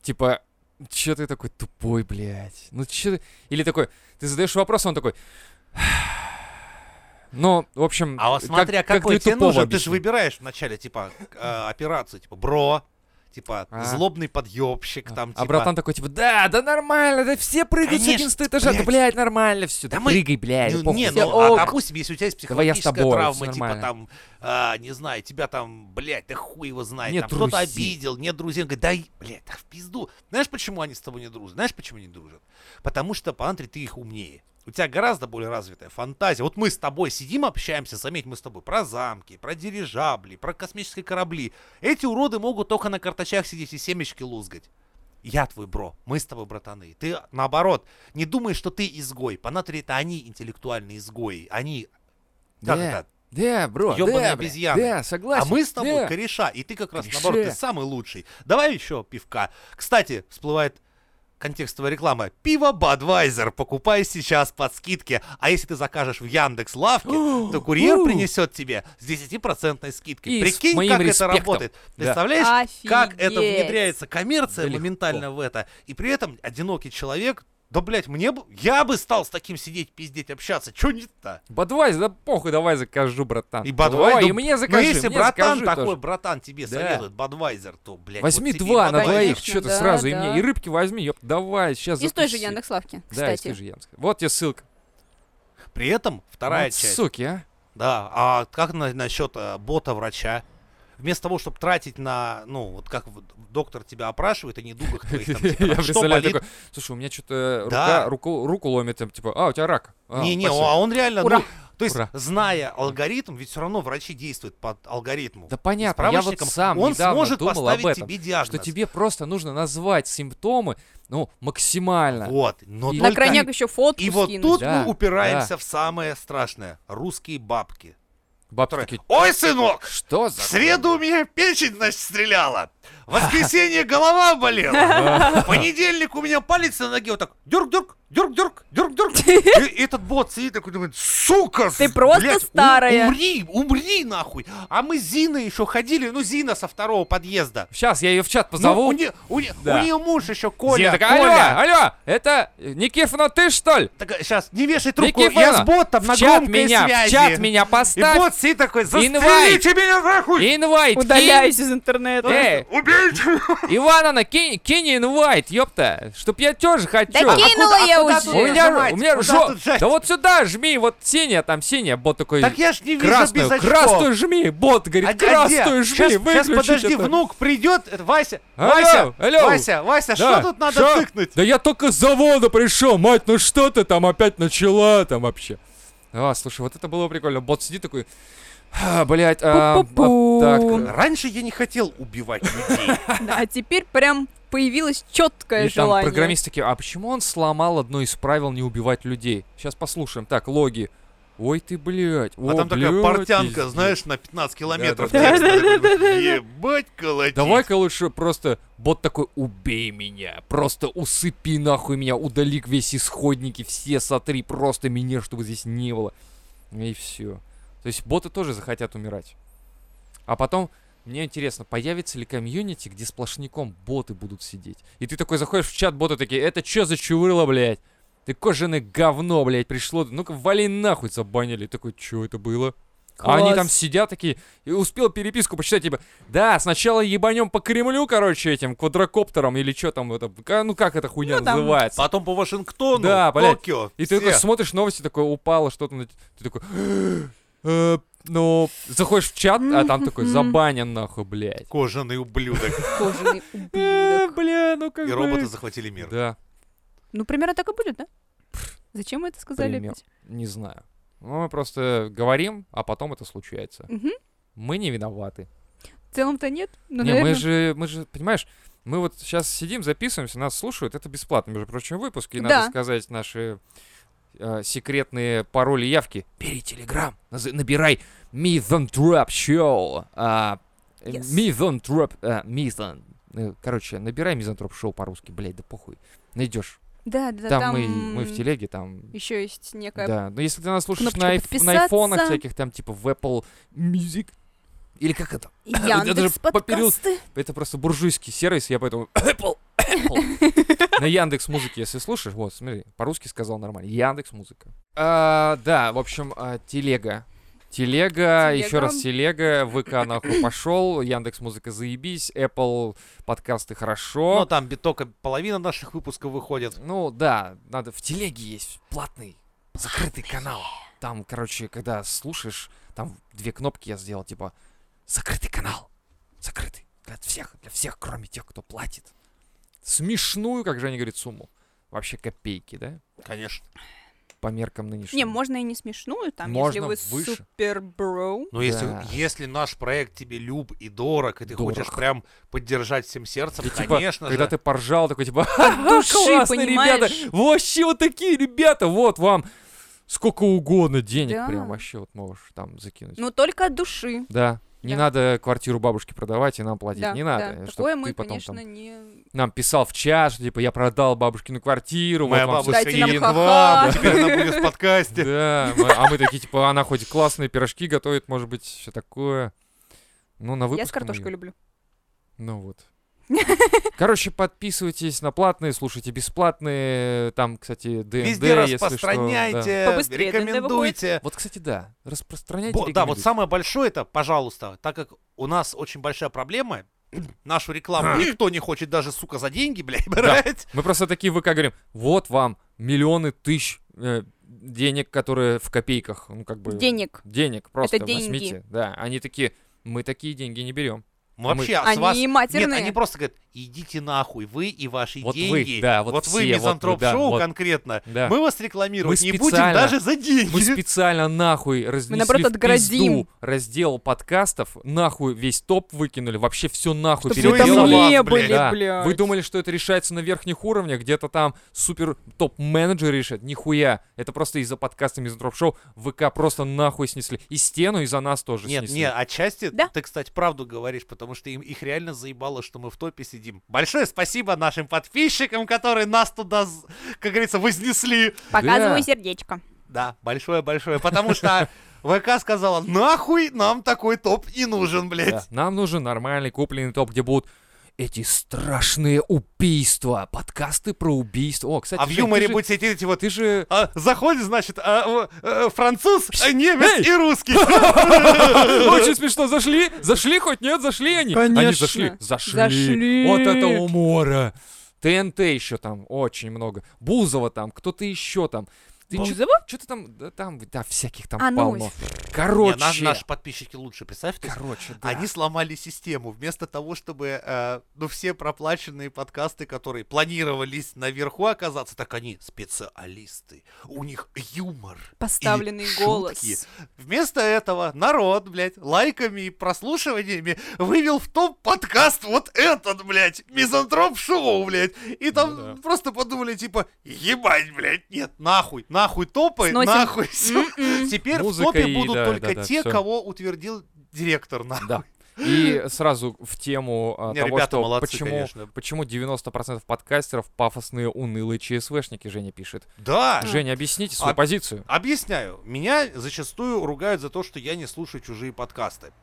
Speaker 3: Типа, че ты такой тупой, блядь? Ну че ты... Или такой, ты задаешь вопрос, он такой... Ну, в общем,
Speaker 1: А вот
Speaker 3: как-
Speaker 1: смотря
Speaker 3: как
Speaker 1: какой
Speaker 3: для
Speaker 1: тебе
Speaker 3: тупого
Speaker 1: нужен, ты же
Speaker 3: объяснить.
Speaker 1: выбираешь вначале, типа, к- э, операцию, типа, бро, типа,
Speaker 3: А.
Speaker 1: злобный подъебщик, там,
Speaker 3: а
Speaker 1: типа...
Speaker 3: братан такой, типа, да, да нормально, да все прыгают с
Speaker 1: Конечно,
Speaker 3: 11 этажа, да,
Speaker 1: блядь.
Speaker 3: блядь, нормально все, да,
Speaker 1: Да мы-
Speaker 3: прыгай, блядь,
Speaker 1: Ну,
Speaker 3: похуй,
Speaker 1: не,
Speaker 3: всё,
Speaker 1: ну, а,
Speaker 3: ок».
Speaker 1: допустим, если у тебя есть
Speaker 3: Давай я с
Speaker 1: психологическая
Speaker 3: тобой,
Speaker 1: травма,
Speaker 3: всё
Speaker 1: типа
Speaker 3: нормально.
Speaker 1: там, а, не знаю, тебя там, блядь, да хуй его знает,
Speaker 3: Не
Speaker 1: там кто-то
Speaker 3: труси.
Speaker 1: обидел, нет друзей, он говорит, да, и- блядь, да в пизду. Знаешь, почему они с тобой не дружат? Знаешь, почему не дружат? Потому что, по Андре, ты их умнее. У тебя гораздо более развитая фантазия. Вот мы с тобой сидим, общаемся, заметь, мы с тобой про замки, про дирижабли, про космические корабли. Эти уроды могут только на карточах сидеть и семечки лузгать. Я твой бро, мы с тобой братаны. Ты, наоборот, не думай, что ты изгой. По натуре это они интеллектуальные изгои. Они... Как
Speaker 3: Да,
Speaker 1: это?
Speaker 3: Да, бро, да,
Speaker 1: Ёбаные
Speaker 3: блядь,
Speaker 1: обезьяны.
Speaker 3: да,
Speaker 1: А
Speaker 3: согласен.
Speaker 1: мы с тобой
Speaker 3: да.
Speaker 1: кореша, и ты как раз,
Speaker 3: Кореши.
Speaker 1: наоборот, ты самый лучший. Давай еще пивка. Кстати, всплывает контекстовая реклама. Пиво Бадвайзер покупай сейчас под скидки. А если ты закажешь в Яндекс Лавке, то курьер
Speaker 3: Ух.
Speaker 1: принесет тебе с 10% скидкой.
Speaker 3: И с
Speaker 1: Прикинь,
Speaker 3: моим
Speaker 1: как
Speaker 3: респектом.
Speaker 1: это работает.
Speaker 3: Да.
Speaker 1: Представляешь, как это
Speaker 2: Офигеть.
Speaker 1: внедряется коммерция
Speaker 3: Да легко.
Speaker 1: моментально в это. И при этом одинокий человек, да, блядь, мне бы... Я бы стал с таким сидеть, пиздеть, общаться. Че не-то?
Speaker 3: Бадвайзер, да похуй, давай закажу, братан.
Speaker 1: И Бадвай-
Speaker 3: А, Ой, и
Speaker 1: ну,
Speaker 3: мне
Speaker 1: Ну,
Speaker 3: закажи,
Speaker 1: если
Speaker 3: мне
Speaker 1: братан
Speaker 3: закажи
Speaker 1: такой,
Speaker 3: тоже.
Speaker 1: братан тебе
Speaker 3: Да.
Speaker 1: советует Бадвайзер, то, блядь,
Speaker 3: Возьми
Speaker 1: вот тебе и
Speaker 3: два на
Speaker 1: Budweiser.
Speaker 3: двоих,
Speaker 2: Конечно,
Speaker 3: что ты
Speaker 2: да,
Speaker 3: сразу, и
Speaker 2: да.
Speaker 3: мне, и рыбки возьми, ёп, давай, сейчас
Speaker 2: Из той же Яндекс.Лавки,
Speaker 3: Да, из той
Speaker 2: кстати.
Speaker 3: же Яндекс. Вот тебе ссылка.
Speaker 1: При этом вторая
Speaker 3: Вот
Speaker 1: часть.
Speaker 3: Суки, а.
Speaker 1: Да, а как на- насчет э, бота-врача? Вместо того, чтобы тратить на, ну, вот как вот доктор тебя опрашивает а о недугах твоих, там, типа,
Speaker 3: Я
Speaker 1: там, что
Speaker 3: представляю
Speaker 1: болит?
Speaker 3: такой, слушай, у меня что-то
Speaker 1: Да.
Speaker 3: рука, руку, руку ломит, там, типа, а, у тебя рак. А,
Speaker 1: Не-не,
Speaker 3: спасибо».
Speaker 1: а он реально, ну,
Speaker 2: Ура.
Speaker 1: то есть,
Speaker 3: Ура.
Speaker 1: зная алгоритм, ведь все равно врачи действуют под алгоритму.
Speaker 3: Да
Speaker 1: И с
Speaker 3: понятно, я вот
Speaker 1: справочником
Speaker 3: сам
Speaker 1: он
Speaker 3: недавно
Speaker 1: сможет
Speaker 3: думал об
Speaker 1: поставить
Speaker 3: этом,
Speaker 1: тебе диагноз.
Speaker 3: что тебе просто нужно назвать симптомы, ну, максимально.
Speaker 1: Вот, но
Speaker 3: И-
Speaker 2: На
Speaker 1: только-
Speaker 2: крайняк еще фотку
Speaker 1: И вот
Speaker 2: скинуть.
Speaker 1: тут
Speaker 3: Да,
Speaker 1: мы упираемся в самое страшное. Русские бабки.
Speaker 3: Бабки
Speaker 1: Которые,
Speaker 3: такие,
Speaker 1: Ой, сынок,
Speaker 3: что за...
Speaker 1: В среду у меня печень, значит, стреляла. В воскресенье голова болела. В понедельник у меня палец на ноге вот так дюрк-дюрк, дюрк-дюрк, дюрк-дюрк. И этот бот сидит такой думает, сука,
Speaker 2: Ты просто
Speaker 1: блядь, у-
Speaker 2: старая».
Speaker 1: Умри, умри нахуй. А мы с Зиной еще ходили, ну Зина со второго подъезда.
Speaker 3: Сейчас я ее в чат
Speaker 1: Ну,
Speaker 3: позову.
Speaker 1: у, не- у не-
Speaker 3: Да.
Speaker 1: у нее муж еще
Speaker 3: Зина
Speaker 1: Коля.
Speaker 3: такая,
Speaker 1: Коля.
Speaker 3: алло, алло, это э, Никифорова ты, что ли?
Speaker 1: Так, сейчас, не вешай трубку, я
Speaker 3: Никифорова,
Speaker 1: с ботом на
Speaker 3: в чат
Speaker 1: громкой
Speaker 3: меня,
Speaker 1: связи.
Speaker 3: в чат меня
Speaker 1: И
Speaker 3: поставь.
Speaker 1: бот сидит такой,
Speaker 3: Инвайт.
Speaker 1: застрелите меня нахуй.
Speaker 3: Инвайт, кинь.
Speaker 2: Удаляюсь из интернета.
Speaker 3: Эй,
Speaker 1: Убейте меня.
Speaker 3: Ивановна, кинь, кинь инвайт, ёпта, чтоб я тоже хочу.
Speaker 2: Да кинь. Кинула
Speaker 1: куда-
Speaker 2: я
Speaker 1: куда
Speaker 2: уже.
Speaker 1: тут
Speaker 3: У меня,
Speaker 1: нажимать?
Speaker 3: у меня
Speaker 1: Куда
Speaker 3: жо...
Speaker 1: тут жать?
Speaker 3: Да вот сюда жми, вот синяя, там синяя, бот такой.
Speaker 1: Так я ж не вижу
Speaker 3: красную,
Speaker 1: без очков.
Speaker 3: красную жми, бот говорит,
Speaker 1: А- а где?
Speaker 3: красную жми,
Speaker 1: Щас- щас
Speaker 3: выключите
Speaker 1: подожди,
Speaker 3: это.
Speaker 1: внук придет. Это Вася,
Speaker 3: Алло,
Speaker 1: Вася,
Speaker 3: алло.
Speaker 1: Вася, Вася,
Speaker 3: Да,
Speaker 1: что тут надо
Speaker 3: ща-
Speaker 1: тыкнуть?
Speaker 3: Да я только с завода пришел, мать, ну что ты там опять начала там вообще? А, слушай, вот это было прикольно. Бот сидит такой, «А, блядь, а,
Speaker 2: Пу-пу-пу.
Speaker 3: вот так.
Speaker 1: Раньше я не хотел убивать людей.
Speaker 2: Да, а теперь прям появилось четкое
Speaker 3: И там
Speaker 2: желание.
Speaker 3: программисты такие, а почему он сломал одно из правил не убивать людей? Сейчас послушаем. Так, логи. Ой ты, блядь.
Speaker 1: А там такая портянка, знаешь, на 15 километров.
Speaker 3: Да-да-да.
Speaker 1: текста. Я думаю, Ебать колотить.
Speaker 3: Давай-ка лучше просто бот такой, убей меня, просто усыпи нахуй меня, удали весь исходники, все сотри, просто меня, чтобы здесь не было. И все. То есть боты тоже захотят умирать. А потом, мне интересно, появится ли комьюнити, где сплошняком боты будут сидеть? И ты такой заходишь в чат, боты такие, это чё за чувырло, блядь? Ты кожаное говно, блядь, пришло. Ну-ка, вали нахуй, забанили. И такой, что это было? А они там
Speaker 2: Класс.
Speaker 3: сидят такие, и успел переписку почитать, типа, да, сначала ебанем по Кремлю, короче, этим квадрокоптером или что там, это, ка- ну как эта хуйня
Speaker 2: Ну, там-
Speaker 3: называется.
Speaker 1: Потом по Вашингтону,
Speaker 3: Да, блядь.
Speaker 1: Токио.
Speaker 3: И
Speaker 1: все.
Speaker 3: ты такой смотришь новости, такое упало что-то, на- ты такой, «Э, ну, заходишь в чат, а там такой, забанен нахуй, блядь.
Speaker 1: Кожаный ублюдок.
Speaker 2: Кожаный
Speaker 3: Э,
Speaker 2: ублюдок.
Speaker 3: бля, ну как
Speaker 1: И
Speaker 3: бы-
Speaker 1: роботы захватили мир.
Speaker 3: Да,
Speaker 2: Ну, примерно так и будет, да? Зачем мы это сказали
Speaker 3: Пример.
Speaker 2: опять?
Speaker 3: не знаю. Ну, мы просто говорим, а потом это случается.
Speaker 2: Мгм.
Speaker 3: Мы не виноваты.
Speaker 2: В целом-то нет. Ну,
Speaker 3: не,
Speaker 2: наверное,
Speaker 3: мы же, мы же, понимаешь, мы вот сейчас сидим, записываемся, нас слушают, это бесплатно, между прочим, выпуск, и
Speaker 2: Да.
Speaker 3: надо сказать наши э, секретные пароли явки. Бери Телеграм, наз- набирай Мизантроп Шоу. а,
Speaker 2: Yes.
Speaker 3: Мизантроп, а, мизан- э, Короче, набирай Мизантроп Шоу по-русски, блядь, да похуй. Найдешь.
Speaker 2: Да, да,
Speaker 3: там
Speaker 2: там...
Speaker 3: мы, мы в телеге, там...
Speaker 2: Еще есть некая...
Speaker 3: Да, но если ты нас слушаешь
Speaker 2: кнопочка
Speaker 3: на, айф- на айфонах
Speaker 2: «Подписаться».
Speaker 3: всяких, там типа в Apple Music, или как это? Это же
Speaker 2: Яндекс подкасты.
Speaker 3: Это просто буржуйский сервис, я поэтому Apple, Apple. На Яндекс музыке, если слушаешь, вот, смотри, по-русски сказал нормально. Яндекс музыка. Да, в общем, а, телега. Телега, еще раз телега, ВК нахуй пошел, Яндекс музыка заебись, Apple подкасты
Speaker 1: Но
Speaker 3: хорошо.
Speaker 1: там бе- только половина наших выпусков выходит.
Speaker 3: Ну да, надо в телеге есть платный закрытый канал. Там, короче, когда слушаешь, там две кнопки я сделал, типа закрытый канал, закрытый для всех, для всех, кроме тех, кто платит. Смешную, как Женя говорит, сумму. Вообще копейки, да?
Speaker 1: Конечно.
Speaker 3: По меркам нынешнего.
Speaker 2: Не, можно и не смешную, там,
Speaker 3: Можно
Speaker 2: если вы
Speaker 3: выше.
Speaker 2: супер-бро.
Speaker 1: Но Ну, если,
Speaker 3: Да.
Speaker 1: если наш проект тебе люб и дорог, и ты
Speaker 3: Дорог.
Speaker 1: хочешь прям поддержать всем сердцем,
Speaker 3: И, типа,
Speaker 1: конечно
Speaker 3: когда
Speaker 1: же.
Speaker 3: ты поржал, такой типа, «Ха-ха,
Speaker 2: души,
Speaker 3: классные ребята,
Speaker 2: понимаешь?
Speaker 3: вообще вот такие ребята, вот вам сколько угодно денег
Speaker 2: Да.
Speaker 3: прям вообще вот можешь там закинуть.
Speaker 2: Ну, только от души.
Speaker 3: Да. Не
Speaker 2: Да.
Speaker 3: надо квартиру бабушки продавать и нам платить.
Speaker 2: Да,
Speaker 3: не
Speaker 2: да.
Speaker 3: надо. чтобы
Speaker 2: Такое
Speaker 3: ты
Speaker 2: мы,
Speaker 3: потом
Speaker 2: конечно,
Speaker 3: там
Speaker 2: не...
Speaker 3: нам писал в чат, что типа я продал бабушкину квартиру, вот
Speaker 1: Моя
Speaker 3: вам всё
Speaker 1: бабушка
Speaker 2: Дайте нам
Speaker 1: едет к
Speaker 2: ха-ха.
Speaker 1: вам, теперь она будет в подкасте.
Speaker 3: Да, мы- а мы такие, типа, она хоть классные пирожки готовит, может быть, все такое. Ну, на
Speaker 2: Я
Speaker 3: выпуск...
Speaker 2: с
Speaker 3: мы
Speaker 2: картошкой
Speaker 3: её-
Speaker 2: люблю.
Speaker 3: Ну вот. Короче, подписывайтесь на платные, слушайте бесплатные. э, Там, кстати, ДНД,
Speaker 1: Везде
Speaker 3: если что, да.
Speaker 1: распространяйте,
Speaker 2: Побыстрее это
Speaker 1: рекомендуйте.
Speaker 3: Вот, кстати, да. Распространяйте.
Speaker 1: Бо- Да, вот
Speaker 3: рекомендуйте.
Speaker 1: самое большое это, пожалуйста, так как у нас очень большая проблема, нашу рекламу никто не хочет даже, сука, за деньги, блядь, брать.
Speaker 3: Мы просто такие в ВК говорим, вот вам миллионы тысяч э, денег, которые в копейках. Ну, как бы...
Speaker 2: Денег.
Speaker 3: Денег просто
Speaker 2: деньги.
Speaker 3: возьмите. Да, они такие, мы такие деньги не берем.
Speaker 1: Мы Вообще, а с вас...
Speaker 2: Они
Speaker 1: Нет,
Speaker 2: матерные.
Speaker 1: они просто говорят, идите нахуй, вы и ваши
Speaker 3: Вот вы,
Speaker 1: деньги.
Speaker 3: да, вот
Speaker 1: вот вы,
Speaker 3: все, вот вы, да,
Speaker 1: мизантроп-шоу
Speaker 3: вот.
Speaker 1: конкретно,
Speaker 3: Да.
Speaker 1: мы вас рекламировать
Speaker 3: Мы
Speaker 1: не будем
Speaker 3: специально-
Speaker 1: даже за деньги.
Speaker 3: Мы специально нахуй разнесли
Speaker 2: наоборот,
Speaker 3: в
Speaker 2: отгородим.
Speaker 3: пизду раздел подкастов, нахуй весь топ выкинули, вообще все нахуй
Speaker 1: Чтоб
Speaker 2: Чтобы
Speaker 1: вы там
Speaker 3: переделали.
Speaker 1: переделали.
Speaker 2: не
Speaker 1: Блядь.
Speaker 2: были,
Speaker 3: Да.
Speaker 2: блядь.
Speaker 3: Вы думали, что это решается на верхних уровнях, где-то там супер топ-менеджер решит? Нихуя. Это просто из-за подкаста Мизантроп Шоу ВК просто нахуй снесли. И стену из-за нас тоже
Speaker 1: Нет,
Speaker 3: снесли.
Speaker 1: нет, отчасти
Speaker 2: Да.
Speaker 1: ты, кстати, правду говоришь, потому что им их реально заебало, что мы в топе сидим. Большое спасибо нашим подписчикам, которые нас туда, з- как говорится, вознесли.
Speaker 2: Показываю
Speaker 3: Да.
Speaker 2: сердечко.
Speaker 1: Да, большое-большое, потому что ВК сказала, нахуй нам такой топ не нужен,
Speaker 3: Да.
Speaker 1: блядь.
Speaker 3: Нам нужен нормальный купленный топ, где будут эти страшные убийства, подкасты про убийства. О, кстати,
Speaker 1: А в
Speaker 3: Жень, ты
Speaker 1: юморе
Speaker 3: же-
Speaker 1: будет сидеть эти вот...
Speaker 3: Ты же
Speaker 1: а, заходит, значит, а, в- э, француз, а, немец и русский.
Speaker 3: Очень смешно. Зашли? Зашли хоть? Нет, зашли они? Они
Speaker 2: Конечно.
Speaker 3: зашли. Зашли.
Speaker 2: Зашли.
Speaker 3: Вот это умора. ТНТ еще там очень много. Бузова там, кто-то еще там. Ты
Speaker 2: Бузова?
Speaker 3: Что-то там, да, там, да, всяких там
Speaker 2: А, ну,
Speaker 3: полно.
Speaker 1: Не,
Speaker 3: Короче,
Speaker 1: на- Наши подписчики лучше, представь. то есть
Speaker 3: короче, да.
Speaker 1: Они сломали систему. Вместо того, чтобы э, ну, все проплаченные подкасты, которые планировались наверху оказаться, так они специалисты. У них юмор.
Speaker 2: Поставленный
Speaker 1: шутки.
Speaker 2: голос.
Speaker 1: Вместо этого народ, блядь, лайками и прослушиваниями вывел в топ подкаст вот этот, блядь, мизантроп шоу, блядь. И там
Speaker 3: Ну да.
Speaker 1: просто подумали, типа, ебать, блядь, нет, нахуй, нахуй топы,
Speaker 2: Сносим.
Speaker 1: нахуй всё.
Speaker 2: М-м.
Speaker 1: Теперь
Speaker 3: Музыка
Speaker 1: в топе
Speaker 3: и
Speaker 1: будут
Speaker 3: да,
Speaker 1: только
Speaker 3: да, да,
Speaker 1: те,
Speaker 3: всё.
Speaker 1: кого утвердил директор, нахуй.
Speaker 3: Да. И сразу в тему а,
Speaker 1: Не,
Speaker 3: того,
Speaker 1: ребята
Speaker 3: что
Speaker 1: молодцы,
Speaker 3: почему,
Speaker 1: конечно.
Speaker 3: почему 90% подкастеров пафосные, унылые ЧСВшники, Женя пишет.
Speaker 1: Да.
Speaker 3: Женя, объясните свою
Speaker 1: А-
Speaker 3: позицию.
Speaker 1: Объясняю. Меня зачастую ругают за то, что я не слушаю чужие подкасты.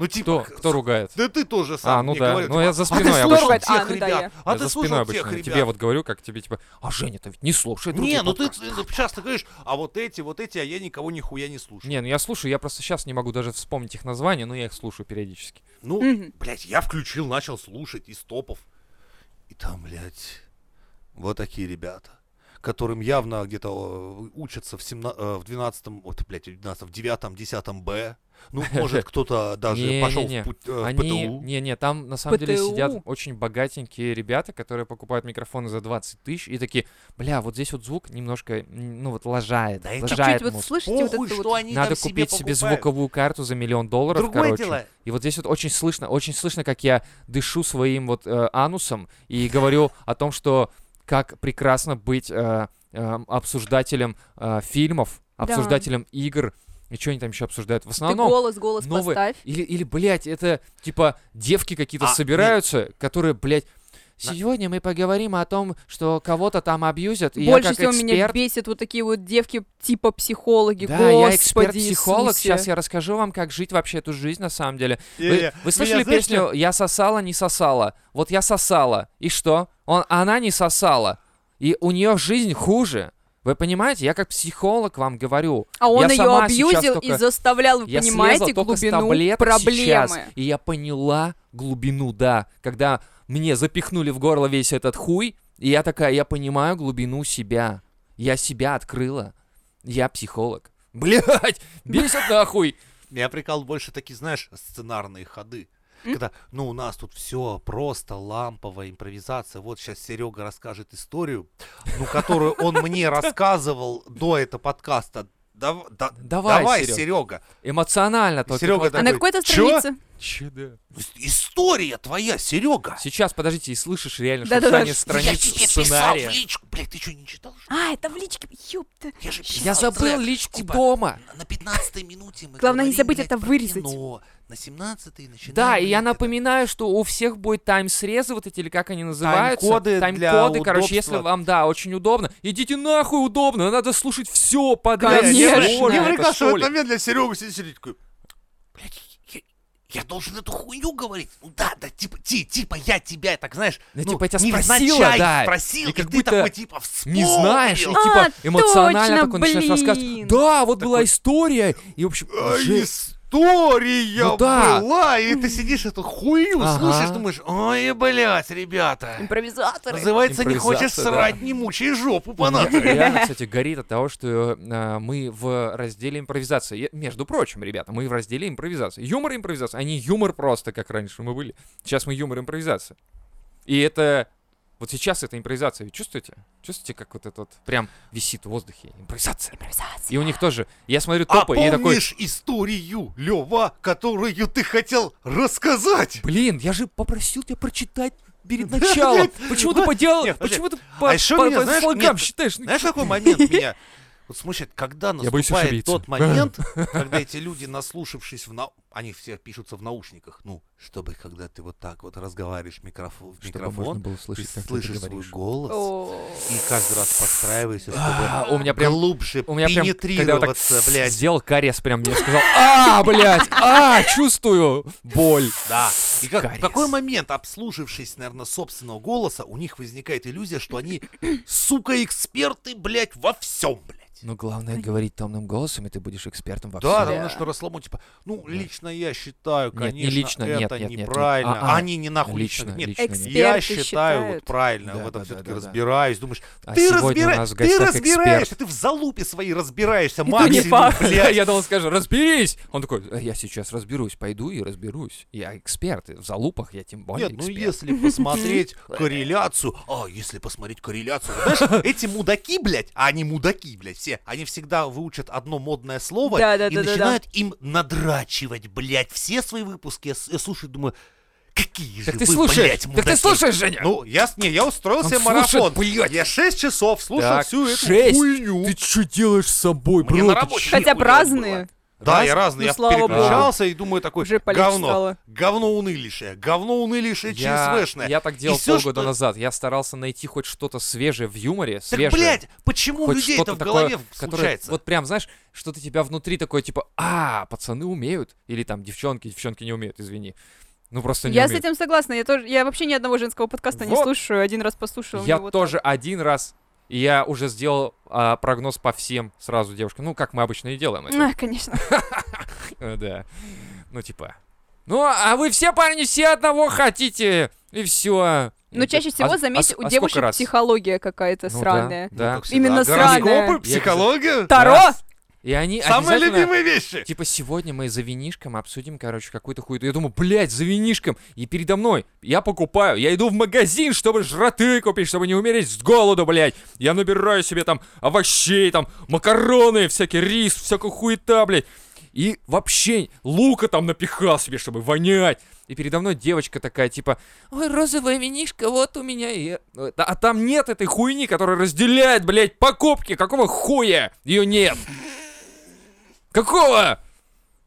Speaker 1: Ну, типа,
Speaker 3: Кто,
Speaker 1: к-
Speaker 3: кто ругает?
Speaker 1: да ты тоже сам
Speaker 3: А, ну
Speaker 1: мне
Speaker 3: да.
Speaker 1: говорил,
Speaker 3: Ну
Speaker 1: типа,
Speaker 3: я за
Speaker 1: а ты
Speaker 2: спиной
Speaker 3: спиной
Speaker 2: обычно.
Speaker 1: слушал
Speaker 3: обычно.
Speaker 2: Слушать, а,
Speaker 1: тех
Speaker 2: ну да,
Speaker 1: ребят, а
Speaker 3: я
Speaker 1: ты
Speaker 3: за
Speaker 1: слушал
Speaker 3: спиной
Speaker 1: тех
Speaker 3: обычно.
Speaker 1: ребят.
Speaker 3: Тебе вот говорю, как тебе, типа, а Женя-то ведь не слушает.
Speaker 1: Не,
Speaker 3: другие
Speaker 1: ну ты
Speaker 3: подкасты».
Speaker 1: ты часто говоришь, а вот эти, вот эти, а я никого нихуя не слушаю.
Speaker 3: Не, ну я слушаю, я просто сейчас не могу даже вспомнить их название, но я их слушаю периодически.
Speaker 1: Ну,
Speaker 2: Мгм.
Speaker 1: блядь, я включил, начал слушать из топов. И там, блядь, вот такие ребята, которым явно где-то э, учатся в, 17, э, в 12, вот, блядь, в 12, в 9, 10 Б. Ну, может, кто-то даже
Speaker 3: Не-не-не.
Speaker 1: пошел в, путь, э, в
Speaker 3: Они,
Speaker 1: ПТУ.
Speaker 3: не-не, там на самом деле сидят
Speaker 2: ПТУ?
Speaker 3: очень богатенькие ребята, которые покупают микрофоны за 20 тысяч и такие, бля, вот здесь вот звук немножко, м, ну вот лажает,
Speaker 1: Да и
Speaker 3: лажает
Speaker 2: Чуть-чуть вот
Speaker 3: мозг.
Speaker 2: слышите вот
Speaker 1: Похуй,
Speaker 2: это
Speaker 1: что
Speaker 2: вот.
Speaker 1: они
Speaker 3: Надо
Speaker 1: там себе
Speaker 3: купить себе
Speaker 1: покупают.
Speaker 3: звуковую карту за миллион долларов,
Speaker 1: Другое
Speaker 3: короче.
Speaker 1: дело,
Speaker 3: И вот здесь вот очень слышно, очень слышно, как я дышу своим вот э, анусом и говорю о том, что как прекрасно быть э, э, обсуждателем э, фильмов,
Speaker 2: Да.
Speaker 3: обсуждателем игр. И что они там еще обсуждают? В
Speaker 2: Ты
Speaker 3: основном...
Speaker 2: голос, голос
Speaker 3: новые-
Speaker 2: поставь.
Speaker 3: Или, или, блядь, это типа девки какие-то
Speaker 1: А,
Speaker 3: собираются, которые, блядь,
Speaker 1: На-
Speaker 3: сегодня мы поговорим о том, что кого-то там абьюзят, и
Speaker 2: Больше
Speaker 3: я как
Speaker 2: всего меня
Speaker 3: эксперт
Speaker 2: бесит вот такие вот девки типа психологи.
Speaker 3: да,
Speaker 2: Господи
Speaker 3: я эксперт-психолог.
Speaker 2: Иисусе.
Speaker 3: Сейчас я расскажу вам, как жить вообще эту жизнь на самом деле.
Speaker 1: Не,
Speaker 3: Вы,
Speaker 1: не,
Speaker 3: вы слышали
Speaker 1: меня, знаешь,
Speaker 3: песню «Я сосала, не сосала»? Вот я сосала. И что? Он, она не сосала. И у нее жизнь хуже. Вы понимаете? Я как психолог вам говорю.
Speaker 2: А он
Speaker 3: я
Speaker 2: ее
Speaker 3: сама сейчас
Speaker 2: абьюзил и
Speaker 3: только-
Speaker 2: заставлял, вы
Speaker 3: Я
Speaker 2: понимаете,
Speaker 3: слезла только с
Speaker 2: глубину
Speaker 3: таблеток
Speaker 2: проблемы.
Speaker 3: сейчас, и я поняла глубину, да. Когда мне запихнули в горло весь этот хуй, и я такая, я понимаю глубину себя. Я себя открыла. Я психолог. Блять, бесит нахуй.
Speaker 1: Меня прикал больше такие, знаешь, сценарные ходы. Когда, ну, у нас тут все просто ламповая импровизация. Вот сейчас Серега расскажет историю, ну, которую он мне рассказывал до этого подкаста. Дав- да-
Speaker 3: Давай,
Speaker 1: давай,
Speaker 3: Серёг.
Speaker 1: Серега.
Speaker 3: Эмоционально только.
Speaker 1: Серега
Speaker 2: А
Speaker 1: такой,
Speaker 2: на какой-то
Speaker 1: «Чё?»
Speaker 2: странице?
Speaker 3: Чё, да?
Speaker 1: Ис- История твоя, Серега.
Speaker 3: Сейчас, подождите, и слышишь реально, что
Speaker 2: Да-да-да.
Speaker 3: Саня
Speaker 1: Я
Speaker 3: страниц
Speaker 1: тебе
Speaker 3: сценария.
Speaker 1: писал в личку. Блядь, ты что, не читал? что ли?
Speaker 2: А, это в личке. Ёпта.
Speaker 1: Я же писал,
Speaker 3: Я забыл
Speaker 1: Зак,
Speaker 3: личку
Speaker 1: типа,
Speaker 3: дома.
Speaker 1: На 15 минуте мы
Speaker 2: Главное не
Speaker 1: говорили,
Speaker 2: забыть
Speaker 1: блядь,
Speaker 2: это
Speaker 1: про
Speaker 2: вырезать.
Speaker 1: кино. На 17 начинаем.
Speaker 3: Да, и я
Speaker 1: блядь, это.
Speaker 3: напоминаю, что у всех будет тайм-срезы, вот эти, или как они называются.
Speaker 1: Тайм-коды для
Speaker 3: Тайм-коды, короче, если
Speaker 1: удобства.
Speaker 3: вам, да, очень удобно. Идите нахуй удобно, надо слушать все подряд.
Speaker 2: Конечно.
Speaker 3: Сложно
Speaker 2: Я
Speaker 1: Я
Speaker 3: это,
Speaker 1: прекрасно в
Speaker 3: что
Speaker 1: этот
Speaker 3: ли?
Speaker 1: момент для Серега сидит, сидит такой, блядь, я, я должен эту хуйню говорить. Ну да, да, типа, ти- типа я тебя, так знаешь,
Speaker 3: Да,
Speaker 1: ну,
Speaker 3: типа, я тебя
Speaker 1: невзначай
Speaker 3: спросила, да.
Speaker 1: спросил,
Speaker 3: И
Speaker 1: и,
Speaker 3: как
Speaker 1: ты
Speaker 3: будто
Speaker 1: такой, типа,
Speaker 3: Не знаешь, и
Speaker 1: вспомнил.
Speaker 2: А,
Speaker 3: типа эмоционально
Speaker 2: точно,
Speaker 3: такой начинаешь
Speaker 2: блин.
Speaker 3: рассказывать. Да, вот была
Speaker 1: Такой-
Speaker 3: история, и в общем,
Speaker 1: А
Speaker 3: жесть.
Speaker 1: история
Speaker 3: Ну да.
Speaker 1: была, и ты сидишь эту хуйню,
Speaker 3: Ага.
Speaker 1: слушаешь, думаешь, ой, блядь, ребята.
Speaker 2: Импровизаторы.
Speaker 1: Называется, не хочешь
Speaker 3: Импровизация, да.
Speaker 1: срать, не мучай жопу,
Speaker 3: меня
Speaker 1: фанаты.
Speaker 3: реально, кстати, горит от того, что э, мы в разделе импровизации. Я- между прочим, ребята, мы в разделе импровизации. Юмор и импровизация, а не юмор просто, как раньше мы были. Сейчас мы юмор и импровизация. И это... Вот сейчас это импровизация, вы чувствуете? Чувствуете, как вот этот прям висит в воздухе? Импровизация.
Speaker 2: Импровизация.
Speaker 3: И у них тоже. Я смотрю
Speaker 1: А
Speaker 3: топы, и я такой...
Speaker 1: помнишь историю, Лева, которую ты хотел рассказать?
Speaker 3: Блин, я же попросил тебя прочитать перед началом.
Speaker 1: Нет,
Speaker 3: Почему ты поделал?
Speaker 1: нет, подожди.
Speaker 3: Почему ты по
Speaker 1: А еще
Speaker 3: по-
Speaker 1: меня,
Speaker 3: по
Speaker 1: знаешь,
Speaker 3: слогам
Speaker 1: нет,
Speaker 3: считаешь? Ну,
Speaker 1: Знаешь, какой момент меня вот смущает, когда
Speaker 3: Я боюсь
Speaker 1: наступает
Speaker 3: ошибиться.
Speaker 1: тот момент, когда эти люди, наслушавшись в нау... Они все пишутся в наушниках. Ну, чтобы когда ты вот так вот разговариваешь микрофон, в
Speaker 3: Чтобы можно
Speaker 1: микрофон,
Speaker 3: было
Speaker 1: ты
Speaker 3: слышать, как ты
Speaker 1: слышишь свой
Speaker 3: говоришь.
Speaker 1: голос
Speaker 2: О.
Speaker 1: и каждый раз подстраиваешься,
Speaker 3: А,
Speaker 1: чтобы
Speaker 3: у меня прям
Speaker 1: глубже
Speaker 3: У меня прям, когда вот так
Speaker 1: пенетрироваться, блядь.
Speaker 3: сделал кариес, прям мне сказал, а, блядь, а, чувствую боль.
Speaker 1: Да. И как- в
Speaker 3: Кариес.
Speaker 1: какой момент, обслужившись, наверное, собственного голоса, у них возникает иллюзия, что они, сука, эксперты, блядь, во всем, блядь.
Speaker 3: Но Ну, главное говорить томным голосом, и ты будешь экспертом во
Speaker 1: Да,
Speaker 3: всем.
Speaker 1: да,
Speaker 2: Да.
Speaker 1: потому А что расслабон, типа, ну, лично я считаю,
Speaker 3: Нет, не
Speaker 1: конечно,
Speaker 3: лично, нет,
Speaker 1: это
Speaker 3: нет, нет, нет.
Speaker 1: неправильно.
Speaker 3: А-а.
Speaker 1: Они не нахуй
Speaker 3: Лично,
Speaker 1: Нет,
Speaker 3: лично. нет.
Speaker 1: я
Speaker 2: Эксперты
Speaker 1: считаю
Speaker 2: считают.
Speaker 1: вот правильно,
Speaker 3: Да,
Speaker 1: в этом
Speaker 3: да,
Speaker 1: все-таки
Speaker 3: да, да, да.
Speaker 1: разбираюсь, думаешь,
Speaker 3: А
Speaker 1: ты,
Speaker 3: сегодня у
Speaker 1: разбира-
Speaker 3: нас в
Speaker 1: ты
Speaker 3: гостях
Speaker 1: разбираешься,
Speaker 3: эксперт.
Speaker 1: ты в залупе своей разбираешься,
Speaker 2: И то не
Speaker 1: максимум,
Speaker 2: факт.
Speaker 3: Бля,
Speaker 1: блядь.
Speaker 3: я думал, скажу, разберись. Он такой, «Э, я сейчас разберусь, пойду и разберусь. Я эксперт, и в залупах я тем более
Speaker 1: Нет, ну
Speaker 3: эксперт.
Speaker 1: если посмотреть корреляцию, а если посмотреть корреляцию, вот знаешь, эти мудаки, блядь, а они мудаки, блядь, все, они всегда выучат одно модное слово
Speaker 2: Да, да,
Speaker 1: и
Speaker 2: да, да, да.
Speaker 1: начинают им надрачивать, блядь, все свои выпуски. Я, с- я слушаю, думаю, какие
Speaker 3: Так
Speaker 1: же
Speaker 3: ты
Speaker 1: вы,
Speaker 3: слушаешь,
Speaker 1: блядь,
Speaker 3: так ты
Speaker 1: мудаки.
Speaker 3: слушаешь, Женя?
Speaker 1: Ну, я, с- не, я устроил
Speaker 3: Он
Speaker 1: себе
Speaker 3: слушает,
Speaker 1: марафон.
Speaker 3: блядь.
Speaker 1: Я 6 часов слушал
Speaker 3: Так,
Speaker 1: всю эту
Speaker 3: шесть.
Speaker 1: хуйню.
Speaker 3: Ты что делаешь с собой,
Speaker 1: Мне
Speaker 3: бро?
Speaker 1: на
Speaker 3: Ты
Speaker 1: работе
Speaker 3: чё?
Speaker 2: Хотя бы
Speaker 1: нихуя не
Speaker 2: разные.
Speaker 1: было. Да, я
Speaker 3: Раз-
Speaker 1: разный.
Speaker 2: Ну,
Speaker 1: я
Speaker 2: слава богу.
Speaker 1: переключался и думаю такой,
Speaker 2: Уже полегче
Speaker 1: говно,
Speaker 2: стало.
Speaker 1: говно унылишее, говно унылишее,
Speaker 3: Я,
Speaker 1: ЧСВшное.
Speaker 3: я так делал
Speaker 1: всё,
Speaker 3: полгода
Speaker 1: что-
Speaker 3: назад. Я старался найти хоть что-то свежее в юморе,
Speaker 1: Так,
Speaker 3: свежее.
Speaker 1: блядь, почему у
Speaker 3: хоть
Speaker 1: людей
Speaker 3: что-то
Speaker 1: это в
Speaker 3: такое,
Speaker 1: голове
Speaker 3: которое
Speaker 1: случается?
Speaker 3: Вот прям, знаешь, что-то тебя внутри такое, типа, а, пацаны умеют. Или там девчонки, девчонки не умеют, извини. Ну просто не
Speaker 2: Я с
Speaker 3: умеют.
Speaker 2: этим согласна. Я тоже, я вообще ни одного женского подкаста не
Speaker 3: Вот.
Speaker 2: слушаю. Один раз послушала.
Speaker 3: Я
Speaker 2: мне вот
Speaker 3: тоже один раз, и я уже сделал а, прогноз по всем сразу девушкам. Ну, как мы обычно и делаем
Speaker 2: так.
Speaker 3: это.
Speaker 2: А, конечно.
Speaker 3: Э, Да. Ну, типа. Ну, а вы все, парни, все одного хотите. И А все.
Speaker 2: Но Ну, чаще всего, заметь, у девушек психология какая-то сранная.
Speaker 1: Ну,
Speaker 3: Да.
Speaker 1: как всегда,
Speaker 2: Именно
Speaker 1: гороскопы,
Speaker 2: сраное.
Speaker 1: психология,
Speaker 2: Таро!
Speaker 3: Раз. И они
Speaker 1: самые
Speaker 3: обязательно-
Speaker 1: любимые вещи.
Speaker 3: Типа, сегодня мы за винишком обсудим, короче, какую-то хуйню. Я думаю, блядь, за винишком. И передо мной. Я покупаю. Я иду в магазин, чтобы жратвы купить, чтобы не умереть с голоду, блядь. Я набираю себе там овощей, там макароны, всякий рис, всякую хуета, блядь. И вообще лука там напихал себе, чтобы вонять. И передо мной девочка такая, типа, ой, розовая винишка, вот у меня и... э, А там нет этой хуйни, которая разделяет, блядь, покупки. Какого хуя? Ее нет. Какого?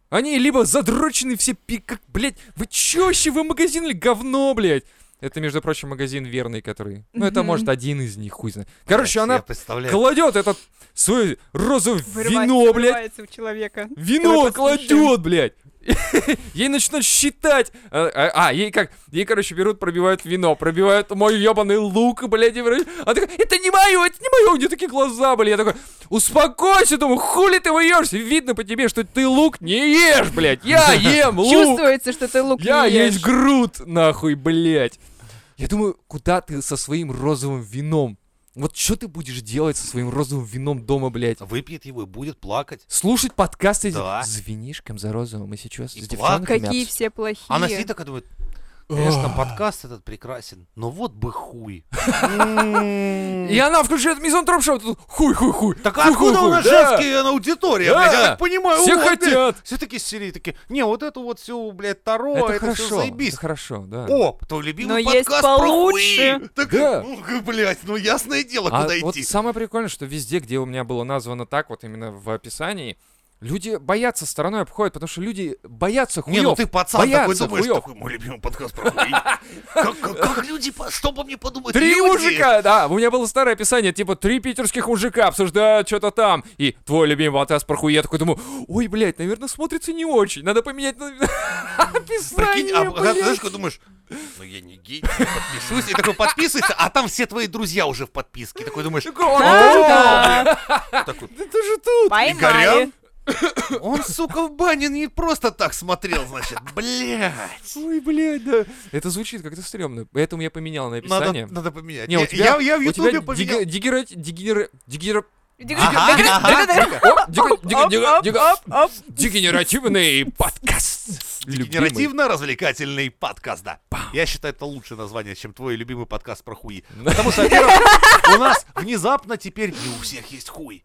Speaker 3: Они либо задрочены все пи... Как, блядь, вы чё вообще? Вы магазин или говно, блядь? Это, между прочим, магазин верный, который... Ну, это,
Speaker 2: Мгм.
Speaker 3: может, один из них, хуй знает. Короче,
Speaker 1: Блядь,
Speaker 3: она
Speaker 1: я представляю.
Speaker 3: кладет этот свое розовое
Speaker 2: Вырывается-
Speaker 3: вино, блядь,
Speaker 2: вырывается у человека.
Speaker 3: Вино
Speaker 2: Давай послушаем.
Speaker 3: кладет, блядь. Ей начинают считать. А, а, а, ей как? Ей, короче, берут, пробивают вино, пробивают мой ебаный лук, блядь. и вроде- Она такая, это не мое, это не мое. У нее такие глаза были. Я такой, успокойся, думаю, хули ты его ешь? Видно по тебе, что ты лук не ешь, блядь. Я ем лук.
Speaker 2: Чувствуется, что ты лук
Speaker 3: Я
Speaker 2: не
Speaker 3: есть
Speaker 2: ешь.
Speaker 3: груд, нахуй, блядь. Я думаю, куда ты со своим розовым вином? Вот что ты будешь делать со своим розовым вином дома, блядь?
Speaker 1: Выпьет его и будет плакать.
Speaker 3: Слушать подкасты эти
Speaker 1: Да.
Speaker 3: с винишком за розовым. Мы сейчас
Speaker 1: И
Speaker 3: с девчонками
Speaker 2: Какие
Speaker 3: обс-
Speaker 2: все плохие.
Speaker 1: А Она сидит такая думает, конечно, подкаст этот прекрасен, но вот бы хуй. М.
Speaker 3: И она включает мизантроп шоу. тут Хуй-хуй-хуй.
Speaker 1: Так
Speaker 3: хуй-хуй-хуй,
Speaker 1: откуда у нас
Speaker 3: да.
Speaker 1: женские э, аудитория,
Speaker 3: Да.
Speaker 1: блядь? Я так понимаю,
Speaker 3: Все
Speaker 1: вот, блядь,
Speaker 3: хотят.
Speaker 1: Все такие из серии такие, не, вот это вот все, блядь, Таро,
Speaker 3: Это,
Speaker 1: это, все
Speaker 3: хорошо.
Speaker 1: заебись.
Speaker 3: Это хорошо, да.
Speaker 1: О, твой любимый
Speaker 2: Но есть
Speaker 1: подкаст про
Speaker 2: получше.
Speaker 1: хуи. Так,
Speaker 3: Да.
Speaker 1: ну, как, блядь, ну ясное дело,
Speaker 3: А
Speaker 1: куда
Speaker 3: вот
Speaker 1: идти.
Speaker 3: самое прикольное, что везде, где у меня было названо так, вот именно в описании, люди боятся, стороной обходят, потому что люди боятся хуев.
Speaker 1: Не, ну ты пацан такой
Speaker 3: боятся
Speaker 1: думаешь,
Speaker 3: хуёв.
Speaker 1: такой мой любимый подкаст про хуи. Как- Как как люди, по- что обо мне подумают?
Speaker 3: Три
Speaker 1: люди?
Speaker 3: мужика, да, у меня было старое описание, типа, три питерских мужика обсуждают что-то там, и твой любимый подкаст про хуй, я такой думаю, ой, блядь, наверное, смотрится не очень, надо поменять на-
Speaker 1: Прикинь,
Speaker 3: описание,
Speaker 1: а когда ты
Speaker 3: блядь.
Speaker 1: знаешь, такой думаешь, ну я не гей, не подпишусь, и такой подписывается, а там все твои друзья уже в подписке. И Такой думаешь,
Speaker 3: Такой, «О,
Speaker 1: а?
Speaker 2: Да.
Speaker 1: такой,
Speaker 3: да ты же тут.
Speaker 2: Поймали.
Speaker 1: он, сука, в бане не просто так смотрел, значит, блядь.
Speaker 3: Ой, блядь, да. Это звучит как-то стрёмно, поэтому я поменял на описание.
Speaker 1: Надо, надо поменять.
Speaker 3: Не, у
Speaker 1: Я-
Speaker 3: тебя,
Speaker 1: я, я в
Speaker 3: у тебя
Speaker 1: Ютубе поменял.
Speaker 3: дигер- дигерать- дигер- дигер-
Speaker 1: Ага, ага.
Speaker 3: оп, дигер- дигер- дигер- дигер-
Speaker 2: Оп.
Speaker 3: Дегенеративный подкаст. Любимый.
Speaker 1: Дегенеративно-развлекательный подкаст, да. Я считаю, это лучшее название, чем твой любимый подкаст про хуи. Потому что, во-первых, у нас внезапно теперь не у всех есть хуй.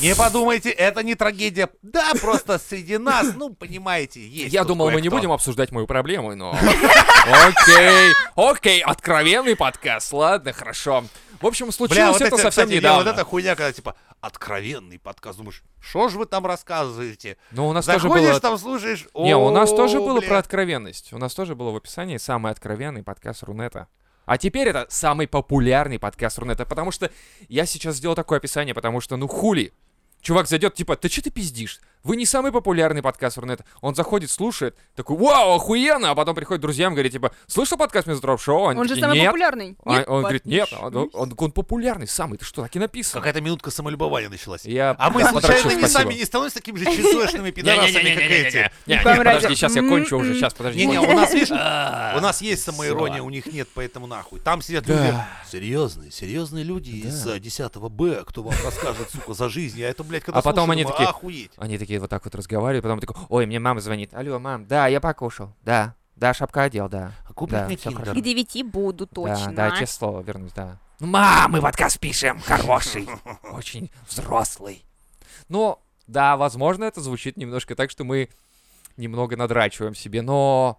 Speaker 1: Не подумайте, это не трагедия. Да, просто среди нас, ну, понимаете, есть.
Speaker 3: Я
Speaker 1: тут
Speaker 3: думал, мы не
Speaker 1: кое-кто.
Speaker 3: будем а обсуждать мою проблему, но... Окей, окей, откровенный подкаст, ладно, хорошо. В общем,
Speaker 1: Бля,
Speaker 3: случилось
Speaker 1: вот
Speaker 3: это
Speaker 1: это,
Speaker 3: совсем
Speaker 1: кстати, я вот эта
Speaker 3: недавно.
Speaker 1: хуйня, когда типа откровенный подкаст, думаешь, что же вы там рассказываете?
Speaker 3: Но Ну, у нас тоже
Speaker 1: Заходишь,
Speaker 3: было...
Speaker 1: там слушаешь.
Speaker 3: Не, у нас тоже
Speaker 1: «О,
Speaker 3: было
Speaker 1: бля».
Speaker 3: про откровенность. У нас тоже было в описании самый откровенный подкаст Рунета. А теперь это самый популярный подкаст Рунета, потому что я сейчас сделал такое описание, потому что ну хули. Чувак зайдет, типа, ты что ты пиздишь? Вы не самый популярный подкаст Рунета. Он заходит, слушает, такой, вау, охуенно, а потом приходит к друзьям, говорит, типа, слышал подкаст Мизотроп Шоу? Они
Speaker 2: Он же
Speaker 3: такие,
Speaker 2: самый
Speaker 3: «Нет».
Speaker 2: популярный.
Speaker 3: А он говорит, нет, а он,
Speaker 2: подпишусь.
Speaker 3: он- он популярный самый, ты что, так и написано?
Speaker 1: Какая-то минутка самолюбования началась.
Speaker 3: Я
Speaker 1: А мы
Speaker 3: подрочил,
Speaker 1: случайно не
Speaker 3: спасибо.
Speaker 1: сами не становимся такими же чесошными пидорасами, как эти.
Speaker 3: Не, не,
Speaker 2: Вам
Speaker 3: подожди,
Speaker 2: ради-
Speaker 3: сейчас я кончу уже,
Speaker 2: М-м-м.
Speaker 3: сейчас, подожди.
Speaker 1: Не-не,
Speaker 3: кончу.
Speaker 1: у нас, видишь, у нас есть самоирония,
Speaker 3: Всё.
Speaker 1: у них нет, поэтому нахуй. Там сидят
Speaker 3: Да.
Speaker 1: люди серьезные, серьезные люди из э, 10 Б, кто вам расскажет, сука, за жизнь. А это, блядь, когда
Speaker 3: А потом
Speaker 1: слушаешь,
Speaker 3: они
Speaker 1: думаю,
Speaker 3: такие,
Speaker 1: охуеть.
Speaker 3: Они такие вот так вот разговаривают, потом такой, ой, мне мама звонит. Алло, мам, да, я покушал, да, да, шапка одел, да.
Speaker 1: А купить
Speaker 3: да,
Speaker 1: мне
Speaker 3: всё
Speaker 1: киндер.
Speaker 3: хорошо.
Speaker 2: К девяти буду точно.
Speaker 3: Да, да, честное слово, вернусь, да. «Ну, Мам, мы подкаст пишем, хороший, очень взрослый. Но, да, возможно, это звучит немножко так, что мы немного надрачиваем себе, но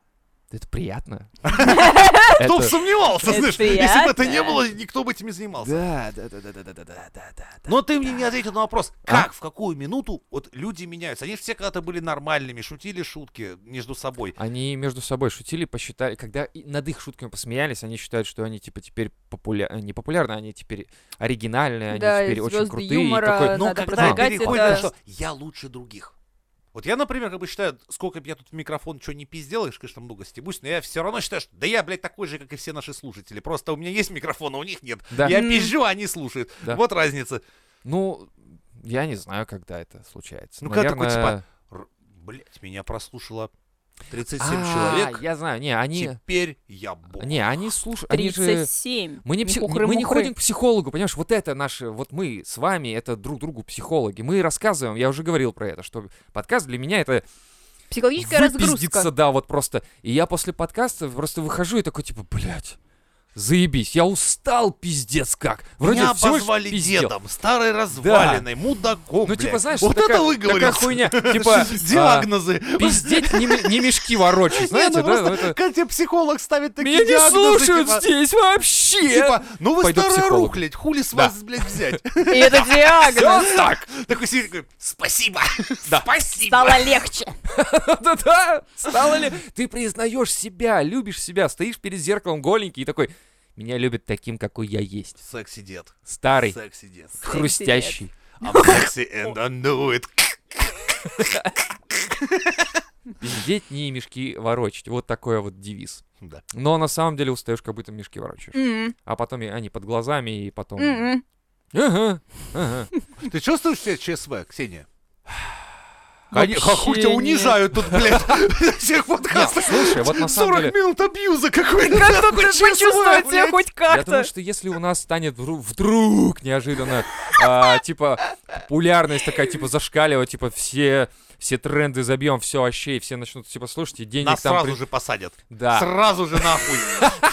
Speaker 3: Это приятно.
Speaker 1: Кто бы
Speaker 3: Это-
Speaker 1: сомневался,
Speaker 2: Это
Speaker 1: знаешь, если бы это не
Speaker 2: приятно.
Speaker 1: было, никто бы этим не занимался.
Speaker 3: Да, да, да, да, да, да, да, да, да, да.
Speaker 1: Но ты мне не ответил на вопрос,
Speaker 3: А?
Speaker 1: как, в какую минуту вот люди меняются? Они же все когда-то были нормальными, шутили шутки между собой.
Speaker 3: Они между собой шутили, посчитали, когда и над их шутками посмеялись, они считают, что они типа теперь популя... не популярны, они теперь оригинальные, они
Speaker 2: Да, и
Speaker 3: теперь очень
Speaker 2: звезды
Speaker 3: крутые. и
Speaker 2: юмора.
Speaker 3: такой,
Speaker 1: Но
Speaker 2: надо
Speaker 1: когда
Speaker 2: продвигать
Speaker 1: переходит
Speaker 2: это.
Speaker 1: на что я лучше других. Вот я, например, как бы считаю, сколько бы я тут в микрофон что не пиздел, я, ж, конечно, много стебусь, но я все равно считаю, что да я, блядь, такой же, как и все наши слушатели. Просто у меня есть микрофон, а у них нет.
Speaker 3: Да.
Speaker 1: Я
Speaker 2: М.
Speaker 1: пизжу, а они слушают.
Speaker 3: Да.
Speaker 1: Вот разница.
Speaker 3: Ну, я не знаю, когда это случается.
Speaker 1: Ну, когда такой, типа,
Speaker 3: Наверное-
Speaker 1: Р- Блядь, меня прослушало 37
Speaker 3: А,
Speaker 1: человек.
Speaker 3: Я знаю, не, они...
Speaker 1: Теперь я бог.
Speaker 3: Не, они слушают, они же...
Speaker 2: 37.
Speaker 3: Мы не, пси-
Speaker 2: хухры-мухры.
Speaker 3: мы не ходим к психологу, понимаешь, вот это наши, вот мы с вами, это друг другу психологи. Мы рассказываем, я уже говорил про это, что подкаст для меня это
Speaker 2: Психологическая
Speaker 3: выпиздиться,
Speaker 2: разгрузка.
Speaker 3: да, вот просто. И я после подкаста просто выхожу и такой, типа, блядь, заебись, я устал, пиздец как. Вроде
Speaker 1: Меня
Speaker 3: всего лишь
Speaker 1: обозвали
Speaker 3: пиздел.
Speaker 1: дедом, старой развалиной, мудаком,
Speaker 3: Ну, типа,
Speaker 1: блядь.
Speaker 3: знаешь,
Speaker 1: вот
Speaker 3: такая,
Speaker 1: это выговорил.
Speaker 3: такая хуйня, типа, а,
Speaker 1: Диагнозы.
Speaker 3: пиздеть не, ми- не мешки ворочать,
Speaker 1: Не,
Speaker 3: знаете,
Speaker 1: ну
Speaker 3: да?
Speaker 1: просто,
Speaker 3: вот это-
Speaker 1: Когда тебе психолог ставит такие
Speaker 3: Меня не
Speaker 1: диагнозы,
Speaker 3: слушают
Speaker 1: типа,
Speaker 3: здесь вообще!
Speaker 1: Типа, ну вы
Speaker 3: Пойду к
Speaker 1: старая
Speaker 3: психологу.
Speaker 1: рухлядь, хули с
Speaker 3: Да.
Speaker 1: вас, блядь, взять.
Speaker 2: И это диагноз.
Speaker 3: Всё так!
Speaker 1: Такой сидит, такой, спасибо,
Speaker 3: Да.
Speaker 1: спасибо.
Speaker 2: Стало легче.
Speaker 3: Да-да-да! Стало ли? Ты признаешь себя, любишь себя, стоишь перед зеркалом голенький и такой, меня любят таким, какой я есть.
Speaker 1: Секси дед,
Speaker 3: Старый,
Speaker 1: секси дед.
Speaker 3: хрустящий.
Speaker 1: I'm sexy and I know it.
Speaker 3: Пиздеть не мешки ворочать. Вот такой вот девиз.
Speaker 1: Да.
Speaker 3: Но на самом деле устаешь, как будто мешки ворочаешь.
Speaker 2: М,
Speaker 3: А потом и- они под глазами, и потом...
Speaker 1: М-м.
Speaker 2: м, м.
Speaker 3: Ага, ага.
Speaker 1: Ты чувствуешь себя ЧСВ, Ксения? Они,
Speaker 3: Вообще
Speaker 1: как хуй тебя
Speaker 3: нет.
Speaker 1: унижают тут, блядь, всех подкастах.
Speaker 3: Слушай, вот на самом
Speaker 1: 40
Speaker 3: деле...
Speaker 1: минут абьюза какой-то.
Speaker 2: Как тут
Speaker 1: нахуй, ЧСВ,
Speaker 2: почувствовать себя
Speaker 1: блядь.
Speaker 2: хоть
Speaker 3: Я
Speaker 2: как-то?
Speaker 3: думаю, что если у нас станет вру- вдруг неожиданно, а, типа, популярность такая, типа, зашкаливать, типа, все все тренды забьем, все вообще, и все начнут типа слушать, и денег
Speaker 1: Нас
Speaker 3: там...
Speaker 1: сразу
Speaker 3: при-
Speaker 1: же посадят.
Speaker 3: Да.
Speaker 1: Сразу же нахуй.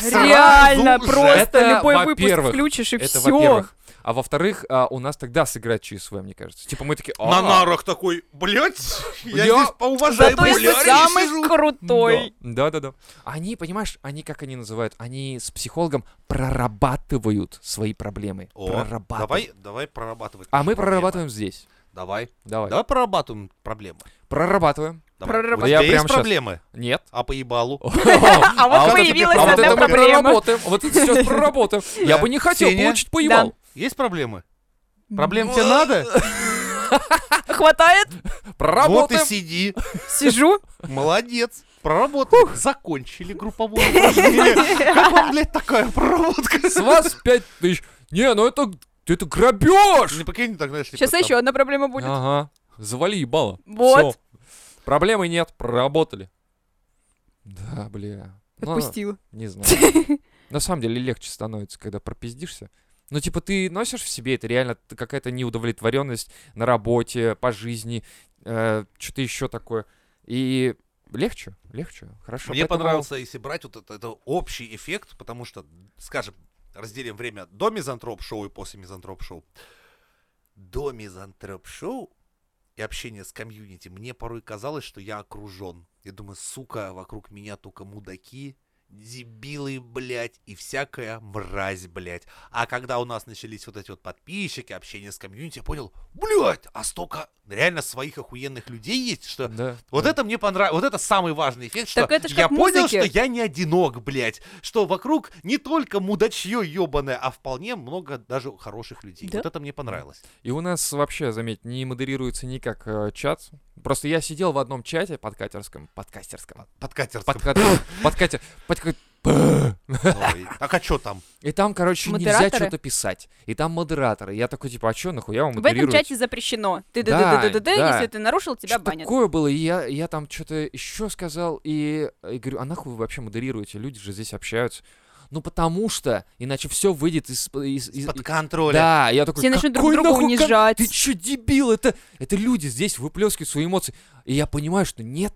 Speaker 1: Сразу
Speaker 2: Реально,
Speaker 1: же.
Speaker 3: Это
Speaker 2: просто любой выпуск
Speaker 3: во-первых.
Speaker 2: включишь и
Speaker 3: Это
Speaker 2: все.
Speaker 3: во-первых. А во-вторых, а, у нас тогда сыграет ЧСВ, мне кажется. Типа мы такие...
Speaker 1: На
Speaker 3: «А,
Speaker 1: нарах такой, блядь, я
Speaker 3: Бля.
Speaker 1: здесь поуважаю
Speaker 2: Зато если
Speaker 1: блядь, сижу».
Speaker 2: самый крутой.
Speaker 3: Да, да, да. Они, понимаешь, они, как они называют, они с психологом прорабатывают свои проблемы.
Speaker 1: О,
Speaker 3: прорабатывают.
Speaker 1: давай, давай прорабатывать.
Speaker 3: А
Speaker 1: наши
Speaker 3: мы
Speaker 1: проблемы.
Speaker 3: прорабатываем здесь.
Speaker 1: Давай.
Speaker 3: Давай.
Speaker 1: Давай прорабатываем проблемы.
Speaker 3: Прорабатываем.
Speaker 1: Давай.
Speaker 2: Прорабатываем.
Speaker 1: У тебя
Speaker 3: Да я
Speaker 1: есть
Speaker 3: прямо щас.
Speaker 1: проблемы?
Speaker 3: Нет.
Speaker 1: А по ебалу?
Speaker 2: А
Speaker 3: А
Speaker 2: вот
Speaker 3: вот это-
Speaker 2: появилась
Speaker 3: А вот
Speaker 2: одна
Speaker 3: это мы
Speaker 2: проблема.
Speaker 3: проработаем. Вот это сейчас проработаем. Я
Speaker 1: Да.
Speaker 3: бы не хотел
Speaker 1: Ксения?
Speaker 3: получить поебал.
Speaker 1: Есть проблемы? Проблем тебе надо?
Speaker 2: Хватает,
Speaker 1: Вот и
Speaker 3: Проработаем.
Speaker 1: сиди.
Speaker 2: сижу.
Speaker 3: Типа
Speaker 1: Молодец. Проработали. Закончили групповое упражнение. Как вам, блядь, такая проработка?
Speaker 3: С вас пять тысяч. Не, ну это... Это грабеж!
Speaker 1: Не покинь так, знаешь,
Speaker 2: Сейчас еще одна проблема будет.
Speaker 3: Ага. Завали ебало.
Speaker 2: Вот.
Speaker 3: Всё. Проблемы нет, проработали. Да, бля. Ну,
Speaker 2: Отпустила.
Speaker 3: не знаю. На самом деле легче становится, когда пропиздишься. Ну, типа, ты носишь в себе, это реально т- какая-то неудовлетворенность на работе, по жизни, что-то еще такое. И легче, легче, хорошо.
Speaker 1: Мне
Speaker 3: Поэтому-
Speaker 1: понравился, если брать вот это, это общий эффект, потому что, скажем, разделим время до мизантроп-шоу и после мизантроп-шоу. До мизантроп-шоу и общение с комьюнити, мне порой казалось, что я окружен. Я думаю, сука, вокруг меня только мудаки, дебилы, блядь, и всякая мразь, блядь. А когда у нас начались вот эти вот подписчики, общение с комьюнити, я понял, блядь, а столько реально своих охуенных людей есть, что
Speaker 3: Да.
Speaker 1: вот
Speaker 3: да.
Speaker 1: это мне понравилось, вот это самый важный эффект, что
Speaker 2: Так это ж
Speaker 1: я
Speaker 2: как в
Speaker 1: понял,
Speaker 2: музыке.
Speaker 1: что я не одинок, блядь, что вокруг не только мудачье ебаное, а вполне много даже хороших людей.
Speaker 2: Да.
Speaker 1: Вот это мне понравилось.
Speaker 3: И у нас вообще, заметь, не модерируется никак э, чат. Просто я сидел в одном чате подкатерском, подкастерском,
Speaker 1: Подкатерском.
Speaker 3: подкатерском, подкатер, подка-
Speaker 1: Ой, Так а что там?
Speaker 3: И там, короче, нельзя
Speaker 2: Модераторы.
Speaker 3: что-то писать. И там модераторы. Я такой, типа, а чё, нахуя вы
Speaker 2: В этом
Speaker 3: модерируете?
Speaker 2: чате запрещено. Ты ды
Speaker 3: Да,
Speaker 2: ды ды ды ды
Speaker 3: да.
Speaker 2: если ты нарушил, тебя
Speaker 3: Что-то
Speaker 2: банят.
Speaker 3: такое было, и я, я там что-то еще сказал, и, и говорю, а нахуй вы вообще модерируете? Люди же здесь общаются. Ну потому что, иначе все выйдет из... из- из-
Speaker 1: Под контролем.
Speaker 3: да, я такой,
Speaker 2: Все начнут друг
Speaker 3: «Какой
Speaker 2: друга
Speaker 3: нахуй кон-
Speaker 2: унижать.
Speaker 3: Ты че, дебил? Это, это люди здесь выплескивают свои эмоции. И я понимаю, что нет.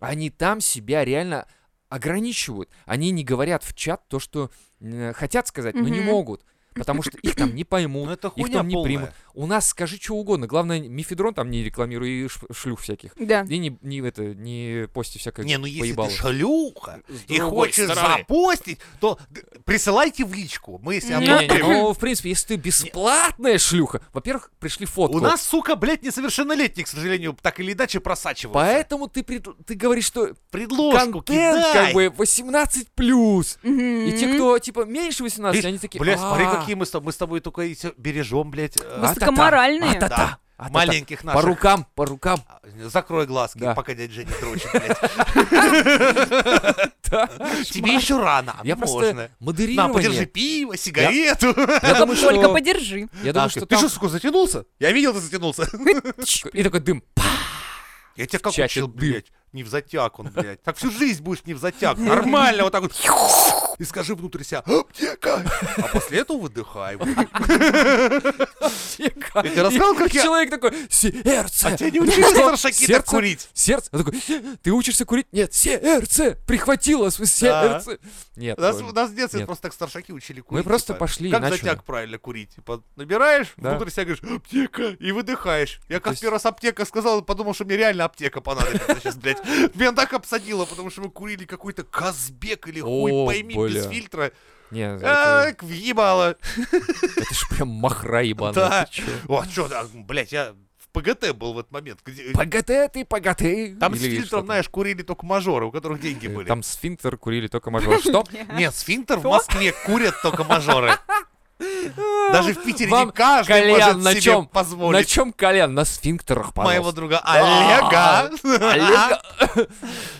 Speaker 3: Они там себя реально ограничивают. Они не говорят в чат то, что э, хотят сказать, но не
Speaker 2: Мгм.
Speaker 3: могут. потому что их там не поймут,
Speaker 1: Ну это
Speaker 3: их
Speaker 1: хуйня
Speaker 3: там не
Speaker 1: полная.
Speaker 3: примут. У нас скажи что угодно, главное, мифедрон там не рекламируй и ш- шлюх всяких.
Speaker 2: Да.
Speaker 3: И не, не это, не пости всякое
Speaker 1: Не, ну если
Speaker 3: поебало.
Speaker 1: ты шлюха
Speaker 3: С
Speaker 1: и
Speaker 3: другой
Speaker 1: хочешь
Speaker 3: стороны.
Speaker 1: запостить, то д- присылайте в личку. Мы если
Speaker 2: Не,
Speaker 3: Не,
Speaker 1: одно-
Speaker 3: не, ну, в принципе, если ты бесплатная шлюха, во-первых, пришли фотку.
Speaker 1: У нас, сука, блядь, несовершеннолетний, к сожалению, так или иначе просачиваются.
Speaker 3: Поэтому ты, пред- ты говоришь, что
Speaker 1: Предложку
Speaker 3: контент
Speaker 1: кидай.
Speaker 3: как бы 18 плюс. И те,
Speaker 2: Мгм.
Speaker 3: кто типа меньше 18,
Speaker 1: Видишь,
Speaker 3: они такие.
Speaker 1: Бля, смотри,
Speaker 3: «А,
Speaker 1: какие мы с, тоб- мы с тобой только и всё бережем, блядь, э,
Speaker 3: а-та-та,
Speaker 2: Высокоморальные.
Speaker 3: а-та-та,
Speaker 1: Да.
Speaker 3: а-та-та».
Speaker 1: маленьких
Speaker 3: А По
Speaker 1: наших.
Speaker 3: рукам, по рукам.
Speaker 1: А, Закрой глазки,
Speaker 3: Да.
Speaker 1: пока дядя Женя дрочит, блядь.
Speaker 3: Да.
Speaker 1: Тебе еще рано, а
Speaker 3: Я
Speaker 1: можно.
Speaker 3: просто модерирование.
Speaker 1: На, подержи пиво, сигарету.
Speaker 3: Я думаю, а что...
Speaker 2: Только подержи.
Speaker 1: Да,
Speaker 3: Я думаю, что
Speaker 1: Ты
Speaker 3: там...
Speaker 1: что, сука, затянулся? Я видел, ты затянулся.
Speaker 3: И такой дым.
Speaker 1: Я тебя как
Speaker 3: Чаще
Speaker 1: учил,
Speaker 3: дым.
Speaker 1: блядь, не в затяг он, блядь. Так всю жизнь будешь не в затяг. Нормально вот так вот. И скажи внутрь себя, аптека. А после этого выдыхай.
Speaker 3: А
Speaker 1: блядь. Я тебе рассказывал, как я...
Speaker 3: Человек такой, сердце.
Speaker 1: А тебя не учили старшаки так
Speaker 3: Сердце?
Speaker 1: курить?
Speaker 3: Сердце? Он такой, ты учишься курить? Нет, сердце прихватило свое
Speaker 1: Да.
Speaker 3: сердце. Нет,
Speaker 1: Нас,
Speaker 3: ладно.
Speaker 1: нас в детстве
Speaker 3: Нет.
Speaker 1: просто так старшаки учили
Speaker 3: мы
Speaker 1: курить.
Speaker 3: просто
Speaker 1: типа,
Speaker 3: пошли и
Speaker 1: Как
Speaker 3: начали.
Speaker 1: затяг правильно курить? Типа, набираешь,
Speaker 3: Да.
Speaker 1: внутрь себя говоришь, аптека, и выдыхаешь. Я
Speaker 3: То
Speaker 1: как
Speaker 3: есть-
Speaker 1: первый раз аптека сказал, подумал, что мне реально аптека понадобится сейчас, блядь. Меня так обсадило, потому что мы курили какой-то казбек или хуй
Speaker 3: О,
Speaker 1: пойми, без
Speaker 3: бля.
Speaker 1: фильтра.
Speaker 3: Не, это,
Speaker 1: Эк, въебало.
Speaker 3: это ж прям махра ебаная.
Speaker 1: Да.
Speaker 3: А ну ты чё?
Speaker 1: О, чё, да, блядь, я в ПГТ был в этот момент. где-
Speaker 3: ПГТ ты, ПГТ.
Speaker 1: Там с
Speaker 3: Или что
Speaker 1: фильтром, знаешь, курили только мажоры, у которых деньги были.
Speaker 3: Там сфинктер курили только мажор. Что?
Speaker 1: Нет, сфинктер в Москве курят только мажоры. Даже в Питере
Speaker 3: Вам
Speaker 1: не каждый
Speaker 3: кальян
Speaker 1: может
Speaker 3: на
Speaker 1: себе
Speaker 3: чем? На
Speaker 1: позволить.
Speaker 3: чем колян? На сфинктерах,
Speaker 1: Моего
Speaker 3: пожалуйста.
Speaker 1: друга
Speaker 3: Да.
Speaker 1: Олега.
Speaker 3: Олега.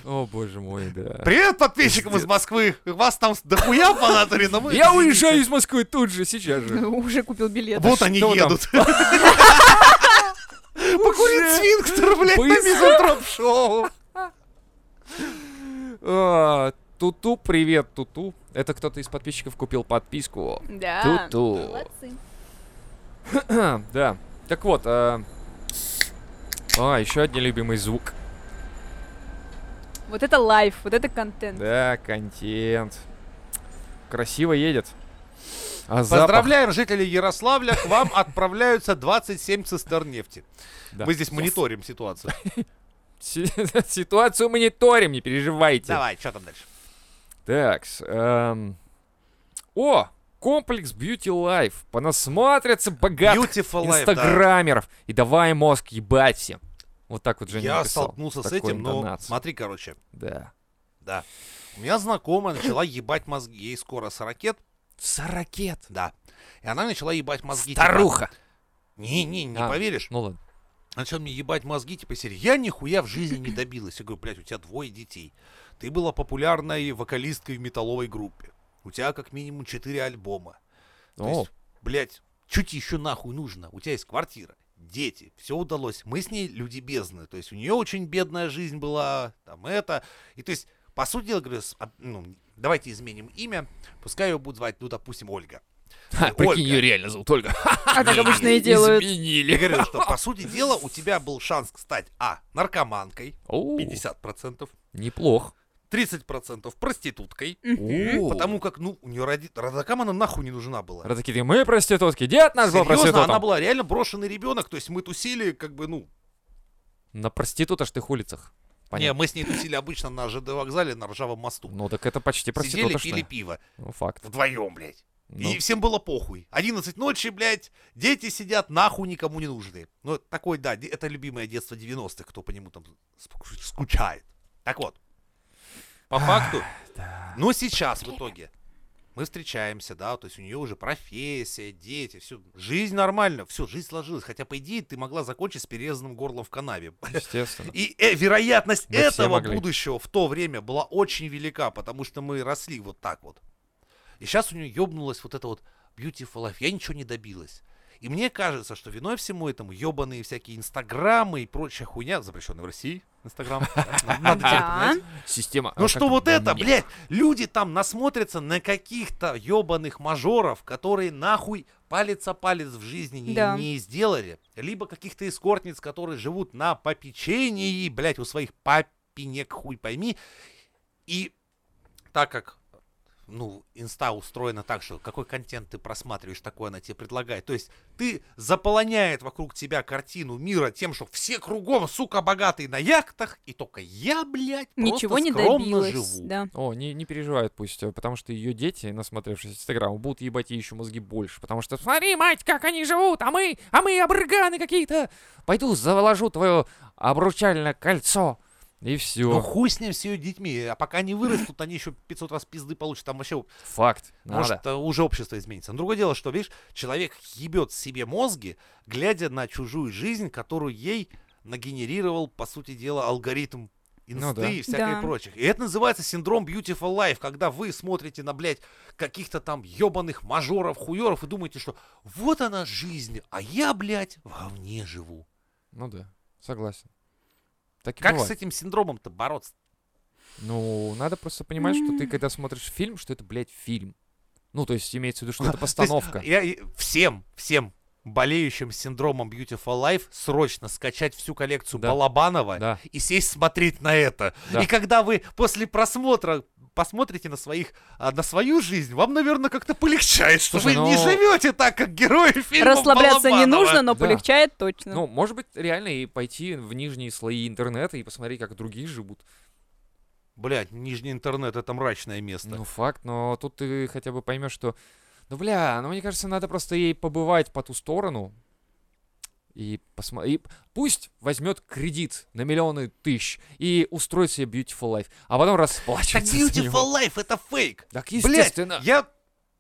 Speaker 3: О, боже мой, да.
Speaker 1: Привет подписчикам из Москвы. Вас там с- дохуя по натуре, но мы...
Speaker 3: Я уезжаю из Москвы тут же, сейчас же.
Speaker 2: Уже купил билет.
Speaker 1: Вот они
Speaker 3: Что там?
Speaker 1: едут. Покурить сфинктер, блядь, на
Speaker 3: Быстро.
Speaker 1: мизантроп-шоу.
Speaker 3: А, Туту, привет, Туту. Это кто-то из подписчиков купил подписку.
Speaker 2: Да.
Speaker 3: Туту. А,
Speaker 2: Молодцы.
Speaker 3: Да. Так вот, а... А, еще один любимый звук.
Speaker 2: Вот это лайф, вот это контент.
Speaker 3: Да, контент. Красиво едет. А запах-
Speaker 1: Поздравляем жителей Ярославля, к вам отправляются 27 цистерн нефти.
Speaker 3: Да.
Speaker 1: Мы здесь мониторим ситуацию.
Speaker 3: Си- Ситуацию мониторим, не переживайте.
Speaker 1: Давай, что там дальше?
Speaker 3: Так, с, эм, О, комплекс Beauty Life. Понасмотрятся богатых
Speaker 1: Beautiful life, да.
Speaker 3: инстаграмеров. И давай мозг ебать всем. Вот так вот Женя
Speaker 1: Я
Speaker 3: написал.
Speaker 1: столкнулся с
Speaker 3: Такой
Speaker 1: этим, но
Speaker 3: интонацией.
Speaker 1: смотри, короче,
Speaker 3: Да.
Speaker 1: да. У меня знакомая начала ебать мозги, ей скоро 40 лет,
Speaker 3: Сорокет.
Speaker 1: да. И она начала ебать мозги. типа,
Speaker 3: Старуха.
Speaker 1: Не-не, не
Speaker 3: А.
Speaker 1: поверишь.
Speaker 3: Ну ладно.
Speaker 1: Начала мне ебать мозги, типа, серии, я нихуя в жизни не добилась. Я говорю, блядь, у тебя двое детей. Ты была популярной вокалисткой в металловой группе. У тебя как минимум четыре альбома. То
Speaker 3: О,
Speaker 1: есть, блядь, чуть еще нахуй нужно. У тебя есть квартира, дети, все удалось. Мы с ней люди бездны. То есть у нее очень бедная жизнь была, там это. И то есть, по сути дела, говорю, с- а, ну, давайте изменим имя. Пускай ее будут звать, ну, допустим, Ольга.
Speaker 3: ха, прикинь,
Speaker 1: Ольга.
Speaker 3: ее реально зовут Ольга.
Speaker 2: А так обычно и делают.
Speaker 1: Я
Speaker 3: Изменили.
Speaker 1: говорю, что, по сути дела, у тебя был шанс стать, а, наркоманкой,
Speaker 3: О,
Speaker 1: 50%,
Speaker 3: неплох.
Speaker 1: 30% проституткой,
Speaker 3: О.
Speaker 1: потому как, ну, у нее роди... родакам она нахуй не нужна была.
Speaker 3: Раз такие, мы проститутки. Дед наш был
Speaker 1: Серьезно, она
Speaker 3: проститутом.
Speaker 1: была реально брошенный ребенок, то есть мы тусили, как бы, ну,
Speaker 3: На проститутах ты улицах.
Speaker 1: Не,
Speaker 3: Понятно.
Speaker 1: мы с ней тусили обычно на ЖД вокзале на Ржавом мосту.
Speaker 3: Ну так это почти
Speaker 1: Сидели,
Speaker 3: проституточная.
Speaker 1: пили пиво.
Speaker 3: Ну факт.
Speaker 1: Вдвоем, блядь.
Speaker 3: Ну,
Speaker 1: И всем было похуй. 11 ночи, блядь, дети сидят, нахуй никому не нужны. Ну, это такое, да, де- это любимое детство 90-х, кто по нему там ск- скучает. Так вот, по факту, но сейчас в итоге мы встречаемся, да, то есть у нее уже профессия, дети, все, жизнь нормально, все, жизнь сложилась, хотя, по идее, ты могла закончить с перерезанным горлом в канаве.
Speaker 3: Естественно.
Speaker 1: И э, вероятность
Speaker 3: Мы все
Speaker 1: этого
Speaker 3: могли.
Speaker 1: будущего в то время была очень велика, потому что мы росли вот так вот. И сейчас у нее ёбнулось вот это вот beautiful life. Я ничего не добилась. И мне кажется, что виной всему этому ебаные всякие инстаграмы и прочая хуйня, запрещенная в России, инстаграм. Надо теперь
Speaker 2: Да.
Speaker 1: понимать.
Speaker 3: Система.
Speaker 1: Ну
Speaker 3: а,
Speaker 1: что
Speaker 3: как
Speaker 1: вот это,
Speaker 3: нет.
Speaker 1: блядь, люди там насмотрятся на каких-то ебаных мажоров, которые нахуй палец о палец в жизни не,
Speaker 2: Да.
Speaker 1: не сделали. Либо каких-то эскортниц, которые живут на попечении, блядь, у своих папинек хуй пойми. И так как ну, инста устроена так, что какой контент ты просматриваешь, такой она тебе предлагает. То есть ты заполоняет вокруг тебя картину мира тем, что все кругом, сука, богатые на яхтах, и только я, блядь, просто
Speaker 2: Ничего не
Speaker 1: скромно
Speaker 2: добилась,
Speaker 1: живу.
Speaker 2: да.
Speaker 3: О, не, не переживают пусть, э, потому что ее дети, насмотревшись Инстаграм, будут ебать ей еще мозги больше, потому что смотри, мать, как они живут, а мы, а мы обрыганы какие-то. Пойду заложу твое обручальное кольцо. И все.
Speaker 1: Ну хуй с ним с ее детьми, а пока они вырастут, они еще 500 раз пизды получат, там вообще
Speaker 3: Факт. Ну Надо.
Speaker 1: Может, э, уже общество изменится. Но другое дело, что, видишь, человек ебет себе мозги, глядя на чужую жизнь, которую ей нагенерировал, по сути дела, алгоритм инсты
Speaker 3: Ну да.
Speaker 1: и всякое
Speaker 2: Да.
Speaker 1: прочих. И это называется синдром beautiful life, когда вы смотрите на, блядь, каких-то там ебаных мажоров, хуеров и думаете, что вот она жизнь, а я, блядь, в говне живу.
Speaker 3: Ну да, согласен. Так и
Speaker 1: Как
Speaker 3: бывает.
Speaker 1: с этим синдромом-то бороться?
Speaker 3: Ну, надо просто понимать, что ты,
Speaker 2: М.
Speaker 3: когда смотришь фильм, что это, блядь, фильм. Ну, то есть имеется в виду, что это постановка.
Speaker 1: Я э, и- всем, всем болеющим синдромом Beautiful Life срочно скачать всю коллекцию
Speaker 3: Да.
Speaker 1: Балабанова
Speaker 3: Да.
Speaker 1: и сесть смотреть на это.
Speaker 3: Да.
Speaker 1: И когда вы после просмотра посмотрите на своих, а, на свою жизнь, вам, наверное, как-то полегчает, что
Speaker 3: Слушай,
Speaker 1: вы не
Speaker 3: ну-
Speaker 1: живете так, как герои фильма
Speaker 2: Расслабляться не
Speaker 1: Балабанова.
Speaker 2: нужно, но
Speaker 3: Да.
Speaker 2: полегчает точно.
Speaker 3: Ну, может быть, реально и пойти в нижние слои интернета и посмотреть, как другие живут.
Speaker 1: Блять, нижний интернет — это мрачное место.
Speaker 3: Ну, факт, но тут ты хотя бы поймешь, что... Ну, бля, ну, мне кажется, надо просто ей побывать по ту сторону. И, посмо... и пусть возьмет кредит на миллионы тысяч и устроит себе beautiful life, а потом
Speaker 1: так
Speaker 3: расплачивается за него.
Speaker 1: Beautiful Life — это фейк.
Speaker 3: Так,
Speaker 1: Блять,
Speaker 3: естественно.
Speaker 1: я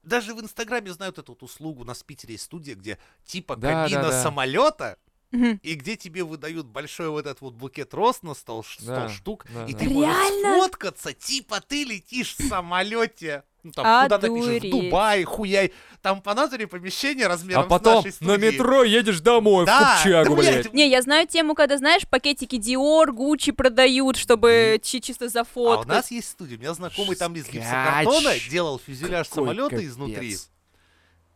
Speaker 1: даже в Инстаграме знаю вот эту вот услугу. У нас в Питере есть студия, где типа
Speaker 3: Да,
Speaker 1: кабина
Speaker 3: да, да.
Speaker 1: самолета,
Speaker 2: Мгм.
Speaker 1: и где тебе выдают большой вот этот вот букет роз на стол, ш- стол
Speaker 3: Да,
Speaker 1: штук,
Speaker 3: да,
Speaker 1: и
Speaker 3: да.
Speaker 1: ты можешь
Speaker 2: Реально?
Speaker 1: сфоткаться, типа ты летишь в самолете. Ну, там, куда напишешь, в
Speaker 2: Одуреть.
Speaker 1: Дубай, хуяй. Там по натуре помещение
Speaker 3: А
Speaker 1: размером
Speaker 3: потом
Speaker 1: с нашей
Speaker 3: на
Speaker 1: студией.
Speaker 3: метро едешь домой
Speaker 1: Да,
Speaker 3: в Купчагу,
Speaker 1: да,
Speaker 3: блядь.
Speaker 2: Не, я знаю тему, когда, знаешь, пакетики Dior, Gucci продают, чтобы чи- чисто
Speaker 1: А у
Speaker 2: зафоткать.
Speaker 1: нас есть студия. У меня знакомый там из гипсокартона
Speaker 3: Жесткач.
Speaker 1: делал фюзеляж
Speaker 3: Какой
Speaker 1: самолета
Speaker 3: капец.
Speaker 1: изнутри.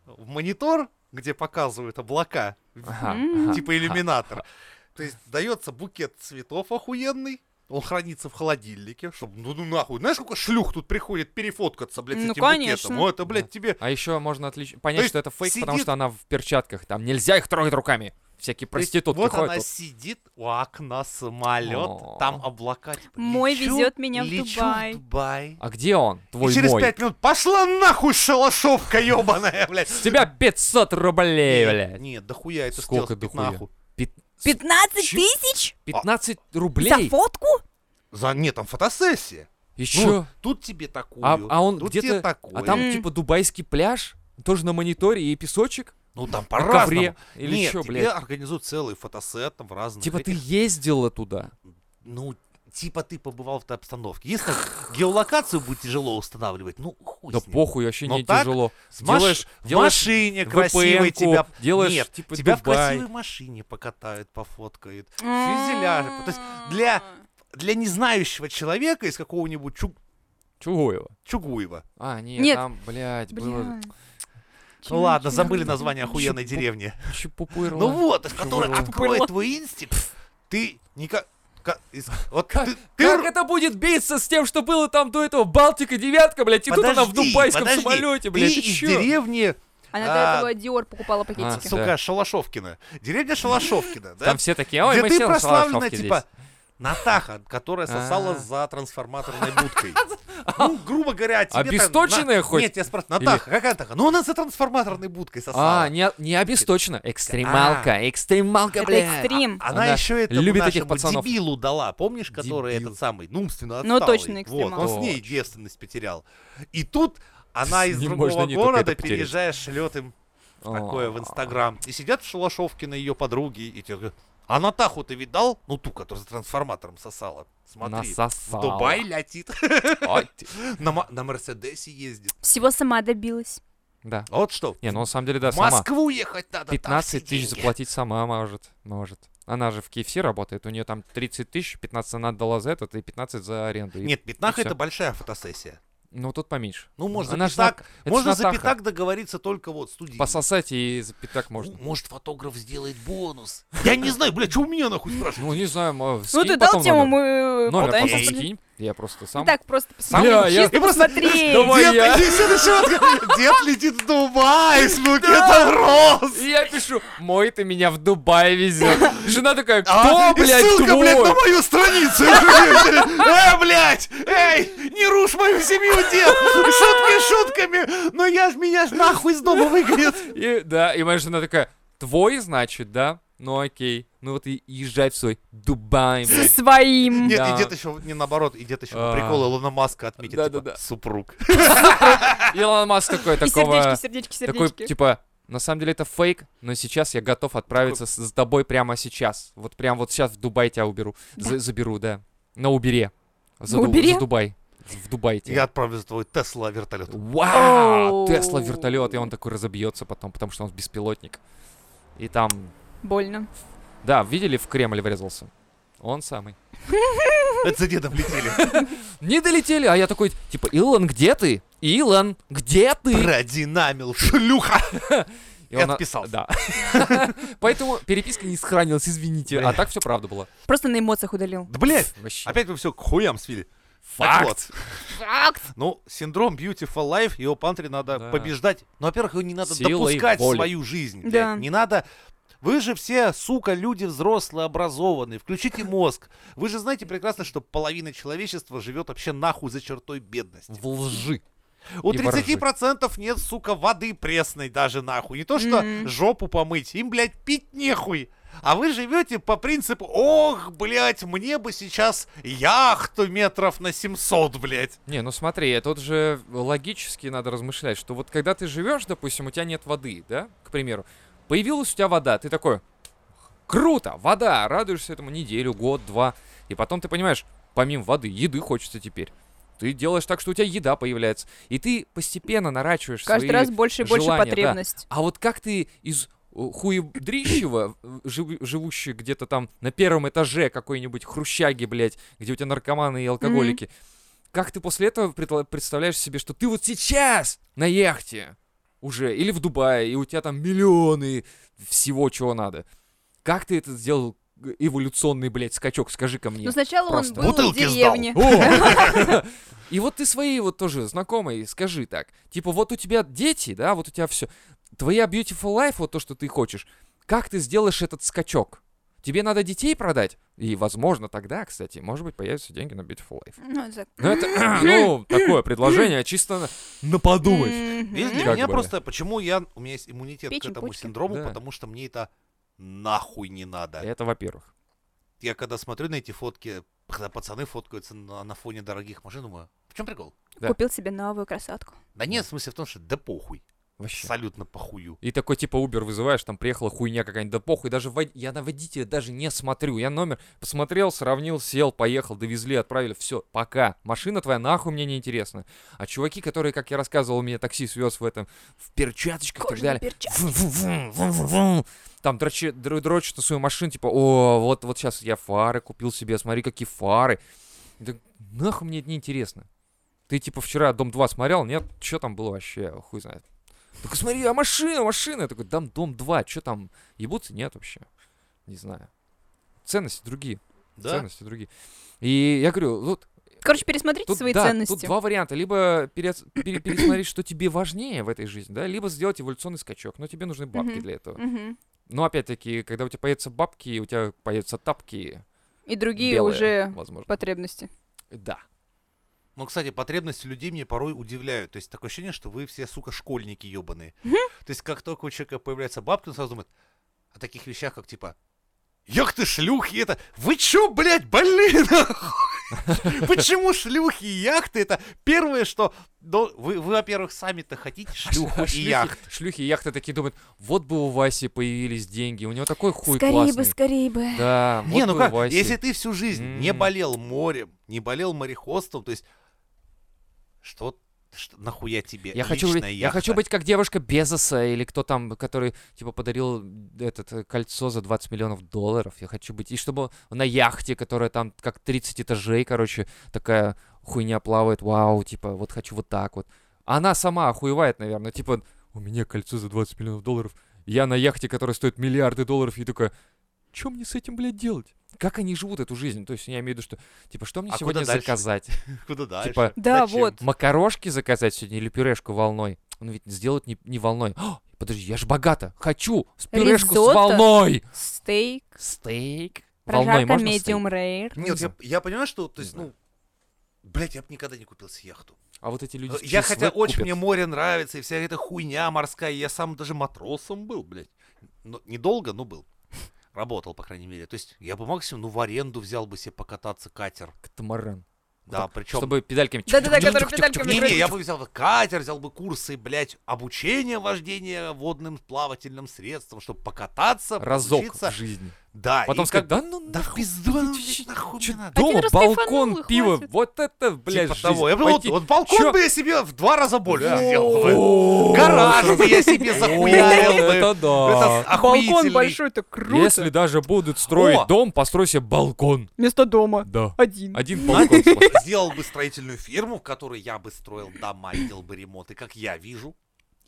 Speaker 1: В монитор, где показывают облака,
Speaker 3: Ага,
Speaker 2: М.
Speaker 3: ага.
Speaker 1: типа иллюминатор. То есть дается букет цветов охуенный, он хранится в холодильнике, чтобы, ну, ну нахуй, знаешь, сколько шлюх тут приходит перефоткаться, блядь, с
Speaker 2: Ну,
Speaker 1: этим
Speaker 2: конечно.
Speaker 1: букетом? Ну, это, блядь,
Speaker 3: Да.
Speaker 1: тебе...
Speaker 3: А еще можно отлич...
Speaker 1: То
Speaker 3: понять,
Speaker 1: есть
Speaker 3: что это фейк, потому
Speaker 1: сидит-
Speaker 3: что она в перчатках. Там нельзя их трогать руками. Всякие
Speaker 1: То есть
Speaker 3: проститутки
Speaker 1: вот
Speaker 3: ходят.
Speaker 1: она
Speaker 3: тут.
Speaker 1: сидит у окна самолет,
Speaker 3: О.
Speaker 1: там облака. типа,
Speaker 2: Мой
Speaker 1: лечу-
Speaker 2: везет меня в
Speaker 1: лечу
Speaker 2: Дубай.
Speaker 1: в Дубай.
Speaker 3: А где он, твой
Speaker 1: И через
Speaker 3: мой?
Speaker 1: пять минут пошла нахуй шалашовка ебаная, блядь.
Speaker 3: С тебя 500 рублей, блядь.
Speaker 1: Нет, да хуя это
Speaker 3: Сколько
Speaker 1: сделать,
Speaker 3: дохуя?
Speaker 1: нахуй.
Speaker 2: 15
Speaker 3: Чё?
Speaker 2: тысяч
Speaker 3: 15
Speaker 1: А,
Speaker 2: за
Speaker 3: рублей?
Speaker 2: фотку?
Speaker 1: За, нет, там фотосессия. Ну,
Speaker 3: Еще?
Speaker 1: Тут тебе такую,
Speaker 3: А, а он
Speaker 1: тут тебе
Speaker 3: где-то...
Speaker 1: такую.
Speaker 3: А там
Speaker 2: М.
Speaker 3: типа дубайский пляж? Тоже на мониторе и песочек?
Speaker 1: Ну там
Speaker 3: На
Speaker 1: по-разному.
Speaker 3: ковре? Или
Speaker 1: Нет,
Speaker 3: что,
Speaker 1: тебе
Speaker 3: блядь?
Speaker 1: организуют целый фотосет там в разных.
Speaker 3: Типа ты
Speaker 1: этих-
Speaker 3: ездила туда.
Speaker 1: Ну, типа ты побывал в этой обстановке. Если геолокацию будет тяжело устанавливать, ну хуй
Speaker 3: Да
Speaker 1: с ним.
Speaker 3: похуй, вообще
Speaker 1: Но
Speaker 3: не
Speaker 1: так
Speaker 3: тяжело.
Speaker 1: С маш-
Speaker 3: делаешь-
Speaker 1: в
Speaker 3: делаешь
Speaker 1: машине красивой
Speaker 3: VPN-ку,
Speaker 1: тебя...
Speaker 3: делаешь,
Speaker 1: Нет,
Speaker 3: типа,
Speaker 1: тебя в
Speaker 3: Дубай.
Speaker 1: красивой машине покатают, пофоткают.
Speaker 3: М-м-м.
Speaker 1: Фюзеляжи. То есть
Speaker 2: А.
Speaker 1: для, для незнающего человека из какого-нибудь Чу-
Speaker 3: Чугуева.
Speaker 1: Чугуева.
Speaker 3: А, нет,
Speaker 2: Нет.
Speaker 3: там, блядь, было...
Speaker 2: Бля.
Speaker 1: Ну ладно,
Speaker 2: Чё-
Speaker 1: забыли
Speaker 2: чё-
Speaker 1: название охуенной
Speaker 3: Чу-
Speaker 1: деревни.
Speaker 3: Чупупырла.
Speaker 1: Ну вот, в которой
Speaker 3: Чувырла.
Speaker 1: откроет
Speaker 2: Чувырла.
Speaker 1: твой инстинкт. Ты никак... ка- из- Вот
Speaker 3: Как-
Speaker 1: ты-
Speaker 3: Как
Speaker 1: ты
Speaker 3: это будет биться с тем, что было там до этого? Балтика девятка, блядь, и тут она в
Speaker 1: Подожди,
Speaker 3: дубайском
Speaker 1: подожди.
Speaker 3: самолете, блядь,
Speaker 1: Ты
Speaker 3: ты
Speaker 1: из
Speaker 3: чё?
Speaker 1: деревни,
Speaker 2: Она
Speaker 1: А.
Speaker 2: до этого Dior покупала пакетики.
Speaker 3: Да.
Speaker 1: сука, Шалашовкина. Деревня Шалашовкина, да?
Speaker 3: Там все такие, ой,
Speaker 1: Где
Speaker 3: мы
Speaker 1: ты
Speaker 3: сел на
Speaker 1: прославлена,
Speaker 3: шалашовке
Speaker 1: типа,
Speaker 3: здесь».
Speaker 1: Натаха, которая сосала
Speaker 3: А.
Speaker 1: за трансформаторной будкой. Ну, грубо говоря, тебе там
Speaker 3: Обесточенная
Speaker 1: на-
Speaker 3: хоть?
Speaker 1: Нет, я спрашиваю, Натаха, какая Натаха? Ну, она за трансформаторной будкой сосала.
Speaker 3: А, не, не обесточено. Экстремалка, экстремалка,
Speaker 2: Это
Speaker 3: блядь. А,
Speaker 2: экстрим.
Speaker 1: Она,
Speaker 3: Она
Speaker 1: еще это
Speaker 3: любит
Speaker 1: нашему
Speaker 3: таких пацанов.
Speaker 1: дебилу дала, помнишь, который
Speaker 3: Дебил.
Speaker 1: этот самый, ну, умственно
Speaker 2: Ну,
Speaker 1: отсталый.
Speaker 2: точно,
Speaker 1: вот,
Speaker 2: экстремал.
Speaker 1: он с ней девственность потерял. И тут она из
Speaker 3: Не
Speaker 1: другого
Speaker 3: можно не только
Speaker 1: города,
Speaker 3: это потерять.
Speaker 1: переезжая, шлет им
Speaker 3: А.
Speaker 1: такое в Инстаграм. И сидят в Шалашовкина ее подруги, и те говорят, а Натаху ты видал? Ну, ту, которая за трансформатором сосала. Смотри, в
Speaker 3: Насосала.
Speaker 1: Дубай летит,
Speaker 3: Ой, ты-
Speaker 1: на, ма- на Мерседесе ездит.
Speaker 2: Всего сама добилась.
Speaker 3: Да.
Speaker 1: А Вот что,
Speaker 3: Не, ну на самом деле, да,
Speaker 1: в
Speaker 3: сама.
Speaker 1: Москву ехать надо, там
Speaker 3: 15
Speaker 1: все
Speaker 3: тысяч
Speaker 1: деньги.
Speaker 3: заплатить сама может. Может. Она же в KFC работает, у нее там 30 тысяч, 15 она отдала за этот и 15 за аренду. И-
Speaker 1: Нет, пятнаха
Speaker 3: всё.
Speaker 1: это большая фотосессия.
Speaker 3: Ну, тут поменьше.
Speaker 1: Ну, можно
Speaker 3: Она
Speaker 1: за
Speaker 3: ж на-
Speaker 1: пятак,
Speaker 3: это ж
Speaker 1: можно за
Speaker 3: Натаха.
Speaker 1: пятак договориться только вот студии.
Speaker 3: Пососать и за пятак можно.
Speaker 1: Может, фотограф сделает бонус. Я не знаю, бля, что у меня нахуй спрашивают?
Speaker 3: Ну, не знаю, мо-
Speaker 2: Ну
Speaker 3: скинь
Speaker 2: ты дал
Speaker 3: потом
Speaker 2: тему,
Speaker 3: номер.
Speaker 2: мы э,
Speaker 3: Номер
Speaker 2: пытаемся
Speaker 3: потом
Speaker 1: Эй.
Speaker 2: обсудить.
Speaker 3: скинь. Я просто
Speaker 2: Ну
Speaker 3: сам...
Speaker 2: Так, просто
Speaker 3: Сам-
Speaker 2: посмотри,
Speaker 3: Бля, я-
Speaker 2: чисто
Speaker 1: я просто-
Speaker 2: посмотреть.
Speaker 3: Давай.
Speaker 1: Дед,
Speaker 3: я.
Speaker 1: иди сюда, что ты- Дед летит в Дубай с букетом роз.
Speaker 3: И я пишу, мой ты меня в Дубай везет. Жена такая, кто,
Speaker 1: А, и
Speaker 3: блядь,
Speaker 1: ссылка,
Speaker 3: твой?
Speaker 1: блядь, на мою страницу. Э, блядь, эй, не рушь мою семью, дед. Шутки шутками, но я ж меня ж нахуй из дома выгонят.
Speaker 3: И, да, и моя жена такая, твой, значит, да? Ну окей, ну вот и езжай в свой Дубай,
Speaker 2: Со
Speaker 3: блядь.
Speaker 2: своим.
Speaker 1: Нет,
Speaker 3: Да.
Speaker 1: и дед еще, не наоборот, и дед еще по
Speaker 3: А.
Speaker 1: приколу Илона Маска отметит, типа,
Speaker 3: Да-да-да.
Speaker 1: супруг.
Speaker 3: Илон Маск такой,
Speaker 2: И
Speaker 3: такого...
Speaker 2: сердечки, сердечки,
Speaker 3: Такой,
Speaker 2: сердечки.
Speaker 3: типа, на самом деле это фейк, но сейчас я готов отправиться с, с тобой прямо сейчас. Вот прям вот сейчас в Дубай тебя уберу. За- заберу, да. На убере. За,
Speaker 2: На
Speaker 3: Ду-
Speaker 2: Убере?
Speaker 3: за Дубай. В Дубай тебя.
Speaker 1: Я отправлю за твой Тесла вертолет.
Speaker 3: Вау!
Speaker 2: Оу.
Speaker 3: Тесла вертолет, и он такой разобьется потом, потому что он беспилотник. И там,
Speaker 2: Больно.
Speaker 3: да, видели, в Кремль врезался. Он самый.
Speaker 1: Это за дедом летели.
Speaker 3: Не долетели, а я такой, типа, Илон, где ты? Илон, где ты?
Speaker 1: Продинамил, шлюха.
Speaker 3: И
Speaker 1: Я
Speaker 3: он-
Speaker 1: отписался.
Speaker 3: Да. Поэтому переписка не сохранилась, извините. А
Speaker 1: Бля.
Speaker 3: так все правда было.
Speaker 2: Просто на эмоциях удалил.
Speaker 1: Да, блядь,
Speaker 3: Вообще.
Speaker 1: опять вы все к хуям свели. Так
Speaker 3: Факт.
Speaker 1: вот. Ну, синдром Beautiful Life, его пантри надо
Speaker 3: Да.
Speaker 1: побеждать. Но, во-первых, его не надо
Speaker 3: Силой
Speaker 1: допускать в
Speaker 3: воли.
Speaker 1: свою жизнь. блядь.
Speaker 2: Да.
Speaker 1: Не надо... Вы же все, сука, люди взрослые, образованные. Включите мозг. Вы же знаете прекрасно, что половина человечества живет вообще нахуй за чертой бедности.
Speaker 3: В лжи.
Speaker 1: У
Speaker 3: И во
Speaker 1: 30% нет, сука, воды пресной даже нахуй. Не то, что
Speaker 2: Мгм.
Speaker 1: жопу помыть. Им, блядь, пить нехуй. А вы живете по принципу, ох, блядь, мне бы сейчас яхту метров на 700, блядь.
Speaker 3: Не, ну смотри, тут же логически надо размышлять, что вот когда ты живешь, допустим, у тебя нет воды, да, к примеру, появилась у тебя вода, ты такой, круто, вода, радуешься этому неделю, год, два, и потом ты понимаешь, помимо воды, еды хочется теперь. Ты делаешь так, что у тебя еда появляется, и ты постепенно наращиваешь
Speaker 2: Каждый
Speaker 3: свои
Speaker 2: раз больше и больше
Speaker 3: желания, да.
Speaker 2: потребность.
Speaker 3: А вот как ты из э, хуедрищего, э, жив- живущий где-то там на первом этаже какой-нибудь хрущаги, блядь, где у тебя наркоманы и алкоголики, как ты после этого предла- представляешь себе, что ты вот сейчас на яхте уже, или в Дубае, и у тебя там миллионы всего, чего надо. Как ты это сделал, э, эволюционный, блядь, скачок, скажи ко мне.
Speaker 2: Но сначала он
Speaker 3: просто.
Speaker 2: был в
Speaker 1: Бутылки сдал.
Speaker 2: деревне.
Speaker 3: О! И вот ты своей вот тоже знакомой скажи так. Типа, вот у тебя дети, да, вот у тебя все. Твоя beautiful life, вот то, что ты хочешь. Как ты сделаешь этот скачок? Тебе надо детей продать? И, возможно, тогда, кстати, может быть, появятся деньги на beautiful life.
Speaker 2: Ну, это-
Speaker 3: Ну, это, ну, такое предложение, чисто на- на подумать.
Speaker 2: Мгм.
Speaker 1: Видишь, для
Speaker 3: Как
Speaker 1: меня
Speaker 3: бы.
Speaker 1: просто, почему я, у меня есть иммунитет
Speaker 2: Печень,
Speaker 1: к этому
Speaker 2: почки.
Speaker 1: синдрому,
Speaker 3: Да.
Speaker 1: потому что мне это нахуй не надо.
Speaker 3: Это, во-первых.
Speaker 1: Я когда смотрю на эти фотки, когда пацаны фоткаются на, на фоне дорогих машин, думаю, в чем прикол?
Speaker 3: Да.
Speaker 2: Купил себе новую красотку.
Speaker 1: Да нет, в смысле в том, что да похуй.
Speaker 3: Вообще.
Speaker 1: Абсолютно похую.
Speaker 3: И такой типа Uber вызываешь, там приехала хуйня какая-нибудь, да похуй, даже вод- я на водителя даже не смотрю, я номер посмотрел, сравнил, сел, поехал, довезли, отправили, все, пока, машина твоя нахуй мне не интересна. А чуваки, которые, как я рассказывал, меня такси свез в этом, в перчаточках и так
Speaker 2: Кожаные
Speaker 3: далее,
Speaker 2: перчатки.
Speaker 3: Ву-ву-ву, ву-ву-ву. Там дрочи- др- дрочат на свою машину, типа, о, вот, вот сейчас я фары купил себе, смотри, какие фары. Я так, нахуй мне это не интересно. Ты, типа, вчера Дом-2 смотрел, нет? Что там было вообще? Хуй знает. Такой, смотри, а машина, машина. Я такой, дам Дом-2, что там, ебутся? Нет вообще. Не знаю. Ценности другие.
Speaker 1: Да?
Speaker 3: Ценности другие. И я говорю, вот
Speaker 2: Короче, пересмотрите
Speaker 3: Тут,
Speaker 2: свои
Speaker 3: да, тут
Speaker 2: ценности.
Speaker 3: два варианта. Либо перес- пере- пересмотреть, что тебе важнее в этой жизни, да, либо сделать эволюционный скачок. Но тебе нужны бабки
Speaker 2: Мгм.
Speaker 3: для этого.
Speaker 2: Мгм.
Speaker 3: Но опять-таки, когда у тебя появятся бабки, у тебя появятся тапки.
Speaker 2: И другие
Speaker 3: белые,
Speaker 2: уже
Speaker 3: Возможно.
Speaker 2: потребности.
Speaker 3: Да.
Speaker 1: Ну, кстати, потребности людей мне порой удивляют. То есть такое ощущение, что вы все, сука, школьники ебаные. То есть как только у человека появляется бабки, он сразу думает о таких вещах, как типа Ях ты шлюхи, это... Вы чё, блядь, больные нахуй? Почему шлюхи и яхты? Это первое, что... до- Вы, вы, во-первых, сами-то хотите шлюху
Speaker 3: А
Speaker 1: и яхт.
Speaker 3: Шлюхи и яхты такие думают, вот бы у Васи появились деньги, у него такой хуй
Speaker 2: скорее бы,
Speaker 3: классный.
Speaker 2: скорее бы.
Speaker 3: Да,
Speaker 1: Не,
Speaker 3: вот
Speaker 1: ну
Speaker 3: бы у
Speaker 1: как,
Speaker 3: Васи.
Speaker 1: если ты всю жизнь не
Speaker 3: М.
Speaker 1: болел морем, не болел мореходством, то есть... Что, что нахуя тебе
Speaker 3: Я хочу, быть,
Speaker 1: личная
Speaker 3: я хочу
Speaker 1: яхта?
Speaker 3: быть как девушка Безоса или кто там, который, типа, подарил этот э, кольцо за 20 миллионов долларов. Я хочу быть... И чтобы на яхте, которая там как 30 этажей, короче, такая хуйня плавает. Вау, типа, вот хочу вот так вот. Она сама охуевает, наверное. Типа, у меня кольцо за 20 миллионов долларов. Я на яхте, которая стоит миллиарды долларов, и такая, что мне с этим, блядь, делать? как они живут эту жизнь. То есть я имею в виду, что, типа, что мне
Speaker 1: А
Speaker 3: сегодня
Speaker 1: куда дальше?
Speaker 3: заказать?
Speaker 1: Куда дальше?
Speaker 3: Типа,
Speaker 2: Да,
Speaker 1: Зачем?
Speaker 2: вот.
Speaker 3: макарошки заказать сегодня или пюрешку волной? Он ведь сделать не, не волной. «А, подожди, я ж богата. Хочу с пюрешку
Speaker 2: Ризотто?
Speaker 3: с волной.
Speaker 2: Стейк,
Speaker 3: Стейк. Волной
Speaker 2: прожарка
Speaker 3: можно
Speaker 2: медиум
Speaker 3: стейк?
Speaker 2: рейр.
Speaker 3: Ну,
Speaker 1: Нет,
Speaker 3: не
Speaker 1: я,
Speaker 3: знаю.
Speaker 1: я понимаю, что, то
Speaker 3: Не
Speaker 1: есть,
Speaker 3: знаю.
Speaker 1: ну, блядь, я бы никогда не купил себе яхту.
Speaker 3: А вот эти люди... с
Speaker 1: Э, Я хотя
Speaker 3: чаевых
Speaker 1: очень
Speaker 3: купят.
Speaker 1: мне море нравится, и вся эта хуйня морская. Я сам даже матросом был, блядь. Но, недолго, но был. Работал, по крайней мере. То есть я бы максимум, ну, в аренду взял бы себе покататься катер.
Speaker 3: Катамаран.
Speaker 1: Да, причем...
Speaker 3: Чтобы педальками...
Speaker 2: Да-да-да,
Speaker 3: чук-чук-чук-чук-чук-чук.
Speaker 2: который педальками
Speaker 1: Не-не, я бы взял бы катер, взял бы курсы, блядь, обучения вождения водным плавательным средством, чтобы покататься,
Speaker 3: Разок
Speaker 1: поучиться.
Speaker 3: в жизни.
Speaker 1: Да,
Speaker 3: Потом
Speaker 1: А, и
Speaker 3: сказать,
Speaker 1: как бы-
Speaker 3: да ну
Speaker 1: Да в
Speaker 3: нахуй,
Speaker 1: пизду, ну,
Speaker 3: блядь,
Speaker 1: блядь, нахуй мне
Speaker 3: чё-
Speaker 1: надо.
Speaker 3: Дома
Speaker 2: раз кайфанул,
Speaker 3: балкон,
Speaker 2: и
Speaker 3: пиво,
Speaker 2: хватит.
Speaker 3: вот это, блядь,
Speaker 1: Типа
Speaker 3: жизнь.
Speaker 1: того. Я бы вот,
Speaker 3: Пойти-
Speaker 1: вот балкон
Speaker 3: Чё?
Speaker 1: бы я себе в два раза больше
Speaker 3: Да.
Speaker 1: сделал бы.
Speaker 3: Во.
Speaker 1: Гараж бы я себе захуярил бы.
Speaker 3: Это
Speaker 1: Это а,
Speaker 3: да.
Speaker 2: Балкон
Speaker 1: охуительный.
Speaker 2: большой, это круто.
Speaker 3: Если даже будут строить
Speaker 1: О!
Speaker 3: дом, построй себе балкон.
Speaker 2: Вместо дома.
Speaker 3: Да.
Speaker 2: Один.
Speaker 3: Один балкон. смотри.
Speaker 1: Сделал бы строительную фирму, в которой я бы строил дома, и делал бы ремонты, как я вижу.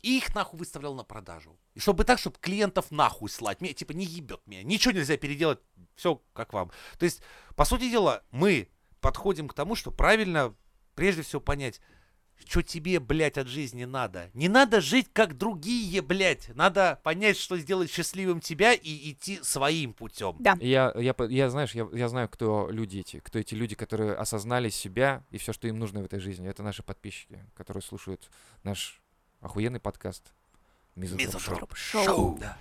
Speaker 1: И их нахуй выставлял на продажу. И чтобы так, чтобы клиентов нахуй слать. Мне, типа, не ебет меня. Ничего нельзя переделать. Все как вам. То есть, по сути дела, мы подходим к тому, что правильно, прежде всего, понять, что тебе, блядь, от жизни надо. Не надо жить, как другие, блядь. Надо понять, что сделает счастливым тебя и идти своим путем.
Speaker 2: Да.
Speaker 3: Я, я, по- я, знаешь, я, я знаю, кто люди эти, кто эти люди, которые осознали себя и все, что им нужно в этой жизни. Это наши подписчики, которые слушают наш охуенный подкаст. Мизантроп Шоу.
Speaker 1: Шоу. Да.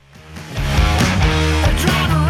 Speaker 4: Adrenaline